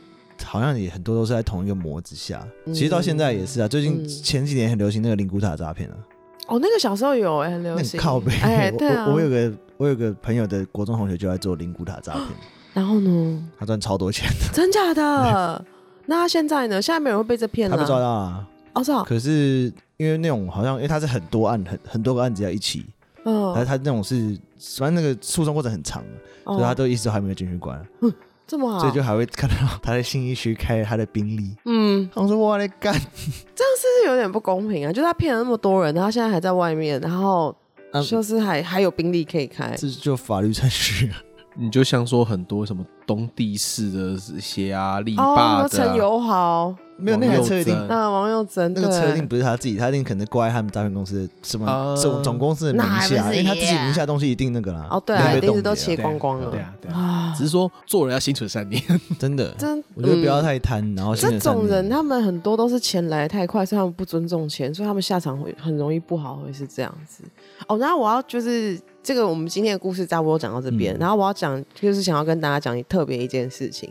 Speaker 1: 好像也很多都是在同一个模子下，
Speaker 4: 嗯
Speaker 1: 其实到现在也是啊。最近
Speaker 4: 嗯
Speaker 1: 前几年很流行那个灵骨塔诈骗啊，
Speaker 4: 哦，那个小时候有哎、很
Speaker 1: 那
Speaker 4: 流
Speaker 1: 很
Speaker 4: 行，
Speaker 1: 靠背。
Speaker 4: 哎、
Speaker 1: 我
Speaker 4: 对啊，
Speaker 1: 我我有个我有个朋友的国中同学就在做灵骨塔诈骗，
Speaker 4: 然后呢？
Speaker 1: 他赚超多钱，
Speaker 4: 真假 的？那他现在呢？现在没有人会被这骗
Speaker 1: 他
Speaker 4: 了、
Speaker 1: 被抓到了。
Speaker 4: 哦，是啊，
Speaker 1: 可是因为那种好像因为他是很多案很很多个案子在一起，然后
Speaker 4: 嗯，
Speaker 1: 他那种是反正那个诉讼过程很长，所以他
Speaker 4: 哦，
Speaker 1: 都一直都还没有进去关，
Speaker 4: 这么好，
Speaker 1: 所以就还会看到他在信义区开他的宾利。
Speaker 4: 嗯，
Speaker 1: 他说我在干，
Speaker 4: 这样是不是有点不公平啊？就是他骗了那么多人，然后现在还在外面，然后
Speaker 1: 啊
Speaker 4: 就是还、还有宾利可以开，
Speaker 1: 这就法律程序 啊。
Speaker 3: 你就像说很多什么东地市的这些啊，力
Speaker 4: 哦，
Speaker 3: 霸
Speaker 4: 那
Speaker 3: 的、
Speaker 4: 陈友豪，
Speaker 1: 没有那台车一定
Speaker 4: 那王佑
Speaker 1: 嗯
Speaker 4: 珍，
Speaker 1: 那个车一
Speaker 4: 对
Speaker 1: 定不是他自己，他一定可能挂在他们诈骗公司的什么
Speaker 3: 啊
Speaker 1: 总总公司的名
Speaker 4: 那还不
Speaker 1: 下，
Speaker 4: 是
Speaker 1: 因为他自己
Speaker 4: 一样
Speaker 1: 名下的东西一定那个啦。
Speaker 4: 哦，对啊，
Speaker 1: 一
Speaker 4: 一
Speaker 1: 定被
Speaker 4: 定
Speaker 1: 冻
Speaker 4: 是
Speaker 1: 结
Speaker 4: 都
Speaker 1: 啊
Speaker 4: 切光光了，
Speaker 3: 对啊，对啊。
Speaker 4: 啊
Speaker 3: 只，是说做人要心存善念，
Speaker 1: 真的。
Speaker 4: 真，
Speaker 1: 我觉得不要
Speaker 4: 嗯
Speaker 1: 太贪，然后心
Speaker 4: 这
Speaker 1: 存善
Speaker 4: 种人，
Speaker 1: 念
Speaker 4: 他们很多都是钱来得太快，所以他们不尊重钱，所以他们下场会很容易不好，会是这样子。哦，然后我要就是这个，我们今天的故事差不多讲到这边，
Speaker 1: 嗯
Speaker 4: 然后我要讲就是想要跟大家讲特别一件事情，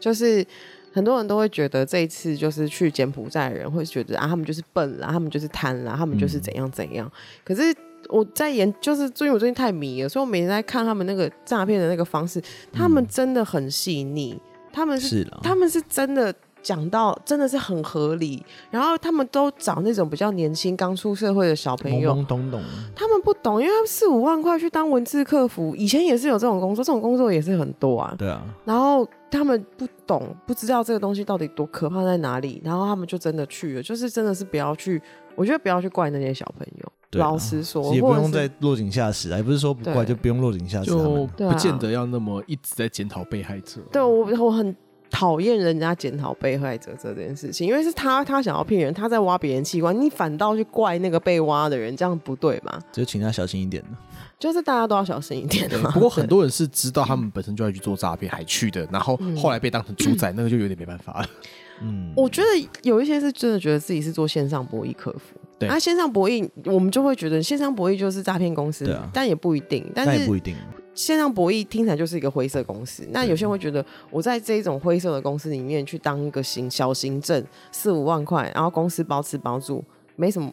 Speaker 4: 就是。很多人都会觉得这一次就是去柬埔寨的人会觉得啊，他们就是笨啦，他们就是贪啦，他们就是怎样怎样。可是我在研，就是最近我最近太迷了，所以我每天在看他们那个诈骗的那个方式，他们真的很细腻，他们是
Speaker 1: 是啦，
Speaker 4: 他们是真的讲到真的是很合理，然后他们都找那种比较年轻、刚出社会的小朋
Speaker 1: 懵
Speaker 4: 友，
Speaker 1: 懵懂懂，
Speaker 4: 他们不懂，因为他们四五万块去当文字客服，以前也是有这种工作，这种工作也是很多啊。
Speaker 1: 对啊，
Speaker 4: 然后他们不懂，不知道这个东西到底多可怕在哪里，然后他们就真的去了，就是真的是不要去，我觉得不要去怪那些小朋友。
Speaker 1: 对啊
Speaker 4: 老实说，
Speaker 1: 也不
Speaker 4: 或者
Speaker 1: 用
Speaker 4: 是
Speaker 1: 再落井下石啊，也不是说不怪
Speaker 4: 对
Speaker 1: 就不用落井下石他
Speaker 3: 就
Speaker 1: 们，
Speaker 4: 对啊
Speaker 3: 不见得要那么一直在检讨被害者。
Speaker 4: 对我我很讨厌人家检讨被害者这件事情，因为是他他想要骗人，他在挖别人器官，你反倒去怪那个被挖的人，这样不对吧？
Speaker 1: 就请他小心一点啊的。
Speaker 4: 就是大家都要小心一点啊
Speaker 3: 对
Speaker 4: 嘛。
Speaker 3: 不过很多人是知道他们本身就要去做诈骗，还去的，然后
Speaker 4: 嗯
Speaker 3: 后来被当成猪 仔，那个就有点没办法了。
Speaker 1: 嗯，
Speaker 4: 我觉得有一些是真的觉得自己是做线上博弈客服，
Speaker 3: 对
Speaker 4: 那、线上博弈我们就会觉得线上博弈就是诈骗公司，
Speaker 1: 对啊
Speaker 4: 但也不一定。但
Speaker 1: 那也
Speaker 4: 是
Speaker 1: 不一定，啊
Speaker 4: 线上博弈听起来就是一个灰色公司。那有些人会觉得，我在这一种灰色的公司里面去当一个行小行政，四五万块，然后公司包吃包住，没什么，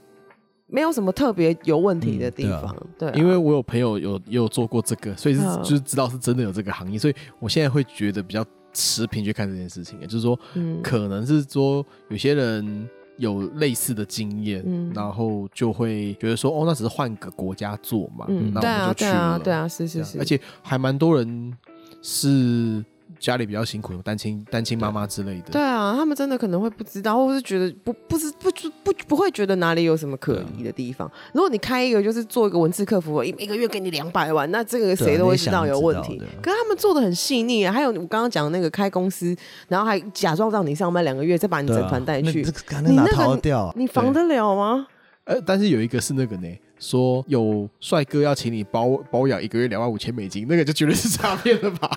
Speaker 4: 没有什么特别有问题的地方。对啊、
Speaker 3: 嗯因为我有朋友有也有做过这个，所以是
Speaker 4: 嗯
Speaker 3: 就是知道是真的有这个行业，所以我现在会觉得比较持平去看这件事情，也就是说，
Speaker 4: 嗯
Speaker 3: 可能是说有些人有类似的经验，
Speaker 4: 嗯
Speaker 3: 然后就会觉得说，哦，那只是换个国家做嘛，
Speaker 4: 嗯，
Speaker 3: 那
Speaker 4: 对
Speaker 3: 我
Speaker 4: 啊
Speaker 3: 们就去
Speaker 4: 对
Speaker 3: 了，
Speaker 4: 啊对啊，是是是，
Speaker 3: 而且还蛮多人是家里比较辛苦，有单亲单亲妈妈之类的，
Speaker 4: 对啊，他们真的可能会不知道，或是觉得不不知不知不不会觉得哪里有什么可疑的地
Speaker 1: 啊
Speaker 4: 方。如果你开一个就是做一个文字客服，一一个月给你两百万，那这个
Speaker 1: 对啊
Speaker 4: 谁都会
Speaker 1: 你也
Speaker 4: 知道
Speaker 1: 想
Speaker 4: 有
Speaker 1: 知
Speaker 4: 问
Speaker 1: 道
Speaker 4: 题
Speaker 1: 对啊。
Speaker 4: 可是他们做的很细腻啊，还有我刚刚讲的那个开公司，然后还假装让你上班两个月，再把你
Speaker 1: 对
Speaker 4: 整
Speaker 1: 啊
Speaker 4: 团带
Speaker 1: 那
Speaker 4: 去
Speaker 1: 这，个看
Speaker 4: 你
Speaker 1: 哪
Speaker 4: 那个
Speaker 1: 逃得掉啊？
Speaker 4: 你防得了吗？
Speaker 3: 呃，但是有一个是那个呢，说有帅哥要请你包包养一个月两万五千美金，那个就绝对是诈骗了吧？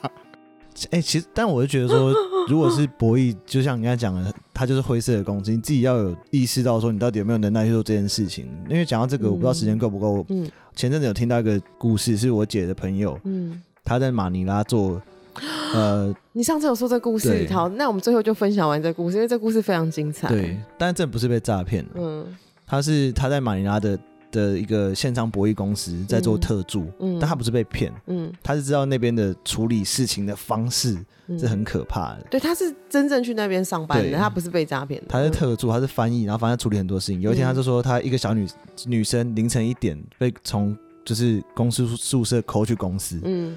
Speaker 1: 哎、其实，但我就觉得 说，如果是博弈，就像你刚才讲的，它就是灰色的公司，你自己要有意识到说，你到底有没有能耐去做这件事情。因为讲到这个，我不知道时间够不够。
Speaker 4: 嗯嗯
Speaker 1: 前阵子有听到一个故事，是我姐的朋友，
Speaker 4: 嗯，
Speaker 1: 她在马尼拉做， 呃，
Speaker 4: 你上次有说这故事
Speaker 1: 对，
Speaker 4: 好，那我们最后就分享完这故事，因为这故事非常精彩。
Speaker 1: 对，，但这不是被诈骗的，
Speaker 4: 嗯
Speaker 1: 她是她在马尼拉的的一个线上博弈公司在做
Speaker 4: 嗯
Speaker 1: 特助，
Speaker 4: 嗯
Speaker 1: 但她不是被骗，
Speaker 4: 嗯，
Speaker 1: 她是知道那边的处理事情的方式
Speaker 4: 嗯
Speaker 1: 是很可怕的。
Speaker 4: 对，他是真正去那边上班
Speaker 1: 对
Speaker 4: 的，他不是被诈骗的，
Speaker 1: 他是特助，他是翻译，然后反正处理很多事
Speaker 4: 嗯
Speaker 1: 情。有一天，他就说他一个小女女生凌晨一点被从就是公司宿舍抠去公司，
Speaker 4: 嗯。嗯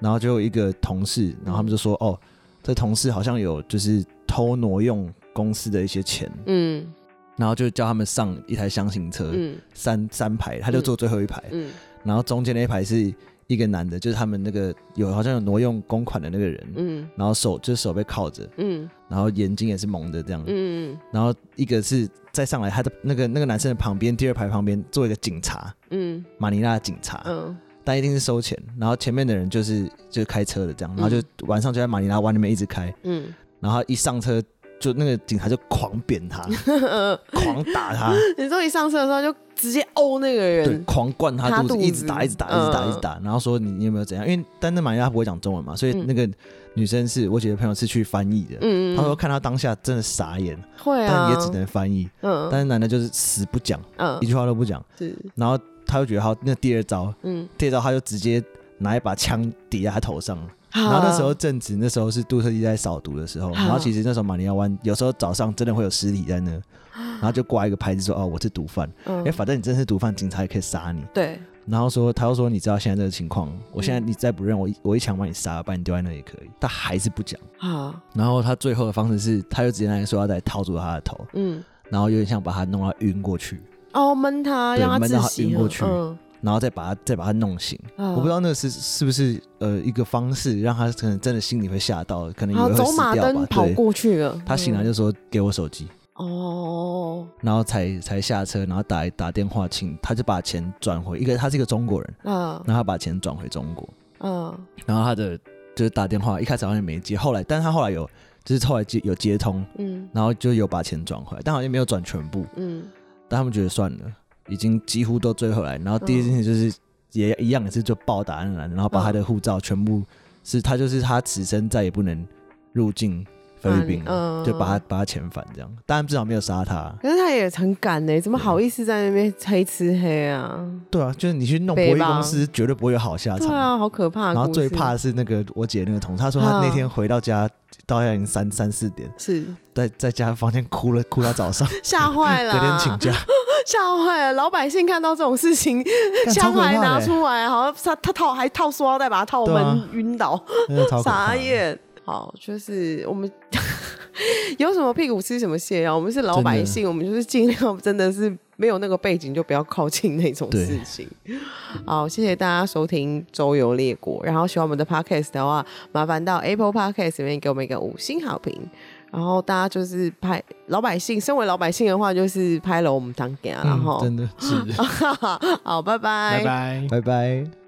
Speaker 1: 然后就有一个同事，然后他们就说哦，这同事好像有就是偷挪用公司的一些钱，
Speaker 4: 嗯
Speaker 1: 然后就叫他们上一台箱型车，
Speaker 4: 嗯
Speaker 1: 三三排，他就坐最后一排，
Speaker 4: 嗯
Speaker 1: 然后中间那一排是一个男的，就是他们那个有好像有挪用公款的那个人，
Speaker 4: 嗯
Speaker 1: 然后手就是手被铐着，
Speaker 4: 嗯
Speaker 1: 然后眼睛也是蒙着这样，
Speaker 4: 嗯
Speaker 1: 然后一个是再上来，他的那个那个男生的旁边，第二排旁边坐一个警察，
Speaker 4: 嗯
Speaker 1: 马尼拉的警察，
Speaker 4: 嗯
Speaker 1: 但一定是收钱。然后前面的人就是就是开车的这样，然后就晚上就在马尼拉湾里面一直开，
Speaker 4: 嗯
Speaker 1: 然后他一上车就那个警察就狂扁 他，
Speaker 4: 嗯，
Speaker 1: 狂打他，
Speaker 4: 你说一上车的时候就直接殴那个
Speaker 1: 对，
Speaker 4: 人，
Speaker 1: 狂灌他
Speaker 4: 他
Speaker 1: 肚
Speaker 4: 肚
Speaker 1: 子，
Speaker 4: 子嗯
Speaker 1: 一直打，一直打，一直打，一直打，然后说你你有没有怎样？因为但那马尼拉不会讲中文嘛，所以
Speaker 4: 嗯
Speaker 1: 那个女生是我姐的朋友是去翻译的，
Speaker 4: 嗯
Speaker 1: 她说看她当下真的傻眼，
Speaker 4: 会啊，
Speaker 1: 但也只能翻译，但
Speaker 4: 嗯
Speaker 1: 是男的就是死不讲，一
Speaker 4: 嗯
Speaker 1: 句话都不讲。
Speaker 4: 是
Speaker 1: 然后他就觉得好，那第二招，
Speaker 4: 嗯，
Speaker 1: 第二招他就直接拿一把枪抵在他头上。
Speaker 4: 然
Speaker 1: 然后那时候正值那时候是杜特地在扫毒的时候，
Speaker 4: 啊
Speaker 1: 然后其实那时候马尼亚湾有时候早上真的会有尸体在 那，然后就挂一个牌子说哦我是毒贩，因为
Speaker 4: 嗯
Speaker 1: 反正你真是毒贩，警察也可以杀你。
Speaker 4: 对
Speaker 1: 然后说他又说你知道现在这个情况，我
Speaker 4: 嗯
Speaker 1: 现在你再不认我一我一枪把你杀了，把你丢在那里也可以。他还是不讲。
Speaker 4: 啊
Speaker 1: 然后他最后的方式是，他就直接拿一个塑料袋套住他的头，
Speaker 4: 嗯
Speaker 1: 然后有点像把他弄到晕过去，
Speaker 4: 哦闷他让他窒息嗯
Speaker 1: 然后再把他再把他弄醒。
Speaker 4: 啊
Speaker 1: 我不知道那是是不是呃一个方式，让他可能真的心里会吓到，可能以
Speaker 4: 好
Speaker 1: 为会
Speaker 4: 走
Speaker 1: 死
Speaker 4: 马
Speaker 1: 掉
Speaker 4: 灯
Speaker 1: 吧。
Speaker 4: 跑
Speaker 1: 对，
Speaker 4: 过去了，
Speaker 1: 他醒来就说给我手机，
Speaker 4: 哦
Speaker 1: 然后才才下车，然后打打电话请，他就把钱转回一个，他是一个中国人，
Speaker 4: 啊
Speaker 1: 然后他把钱转回中国，
Speaker 4: 嗯
Speaker 1: 然后他的就是打电话，一开始好像也没接，后来但是他后来有就是后来接有接通，
Speaker 4: 嗯
Speaker 1: 然后就有把钱转回来，但好像没有转全部，
Speaker 4: 嗯
Speaker 1: 但他们觉得算了，已经几乎都追回来。然后第一件事就是也一样也是就暴打那男的，然后把他的护照全部是他就是他此生再也不能入境菲律宾
Speaker 4: 哪里嗯
Speaker 1: 就把他把他遣返这样，当然至少没有杀他。
Speaker 4: 可是他也很敢呢、怎么好意思在那边黑吃黑啊？
Speaker 1: 对啊，就是你去弄博
Speaker 4: 北
Speaker 1: 弈
Speaker 4: 吧
Speaker 1: 公司，绝对不会有好下
Speaker 4: 对
Speaker 1: 场。
Speaker 4: 啊，好可怕的
Speaker 1: 然
Speaker 4: 故事。
Speaker 1: 后最怕的是那个我姐那个同事，她说她那
Speaker 4: 嗯
Speaker 1: 天回到家，到家已经三三四点，
Speaker 4: 是
Speaker 1: 在在家房间哭了哭到早 上，
Speaker 4: 吓坏了
Speaker 1: 隔天
Speaker 4: 啊，
Speaker 1: 请假，
Speaker 4: 吓坏了！老百姓看到这种事情，
Speaker 1: 干超
Speaker 4: 枪
Speaker 1: 可怕
Speaker 4: 还
Speaker 1: 的
Speaker 4: 拿
Speaker 1: 欸，
Speaker 4: 出来，好像他他套还套塑料袋把他套
Speaker 1: 对啊
Speaker 4: 闷晕倒，
Speaker 1: 真的超可怕
Speaker 4: 傻
Speaker 1: 的。
Speaker 4: 眼。好，就是我们 有什么屁股吃什么蟹啊！我们是老百姓，我们就是尽量真的是没有那个背景就不要靠近那种
Speaker 1: 对
Speaker 4: 事情。好，谢谢大家收听《周游列国》，然后喜欢我们的 podcast 的话，麻烦到 Apple Podcast 里面给我们一个五星好评。然后大家就是拍老百姓，身为老百姓的话， 啊就是拍了我们当家，然
Speaker 1: 嗯
Speaker 4: 后、 哎
Speaker 1: 真的是，
Speaker 4: 好，拜拜，
Speaker 3: 拜拜。
Speaker 1: 拜拜。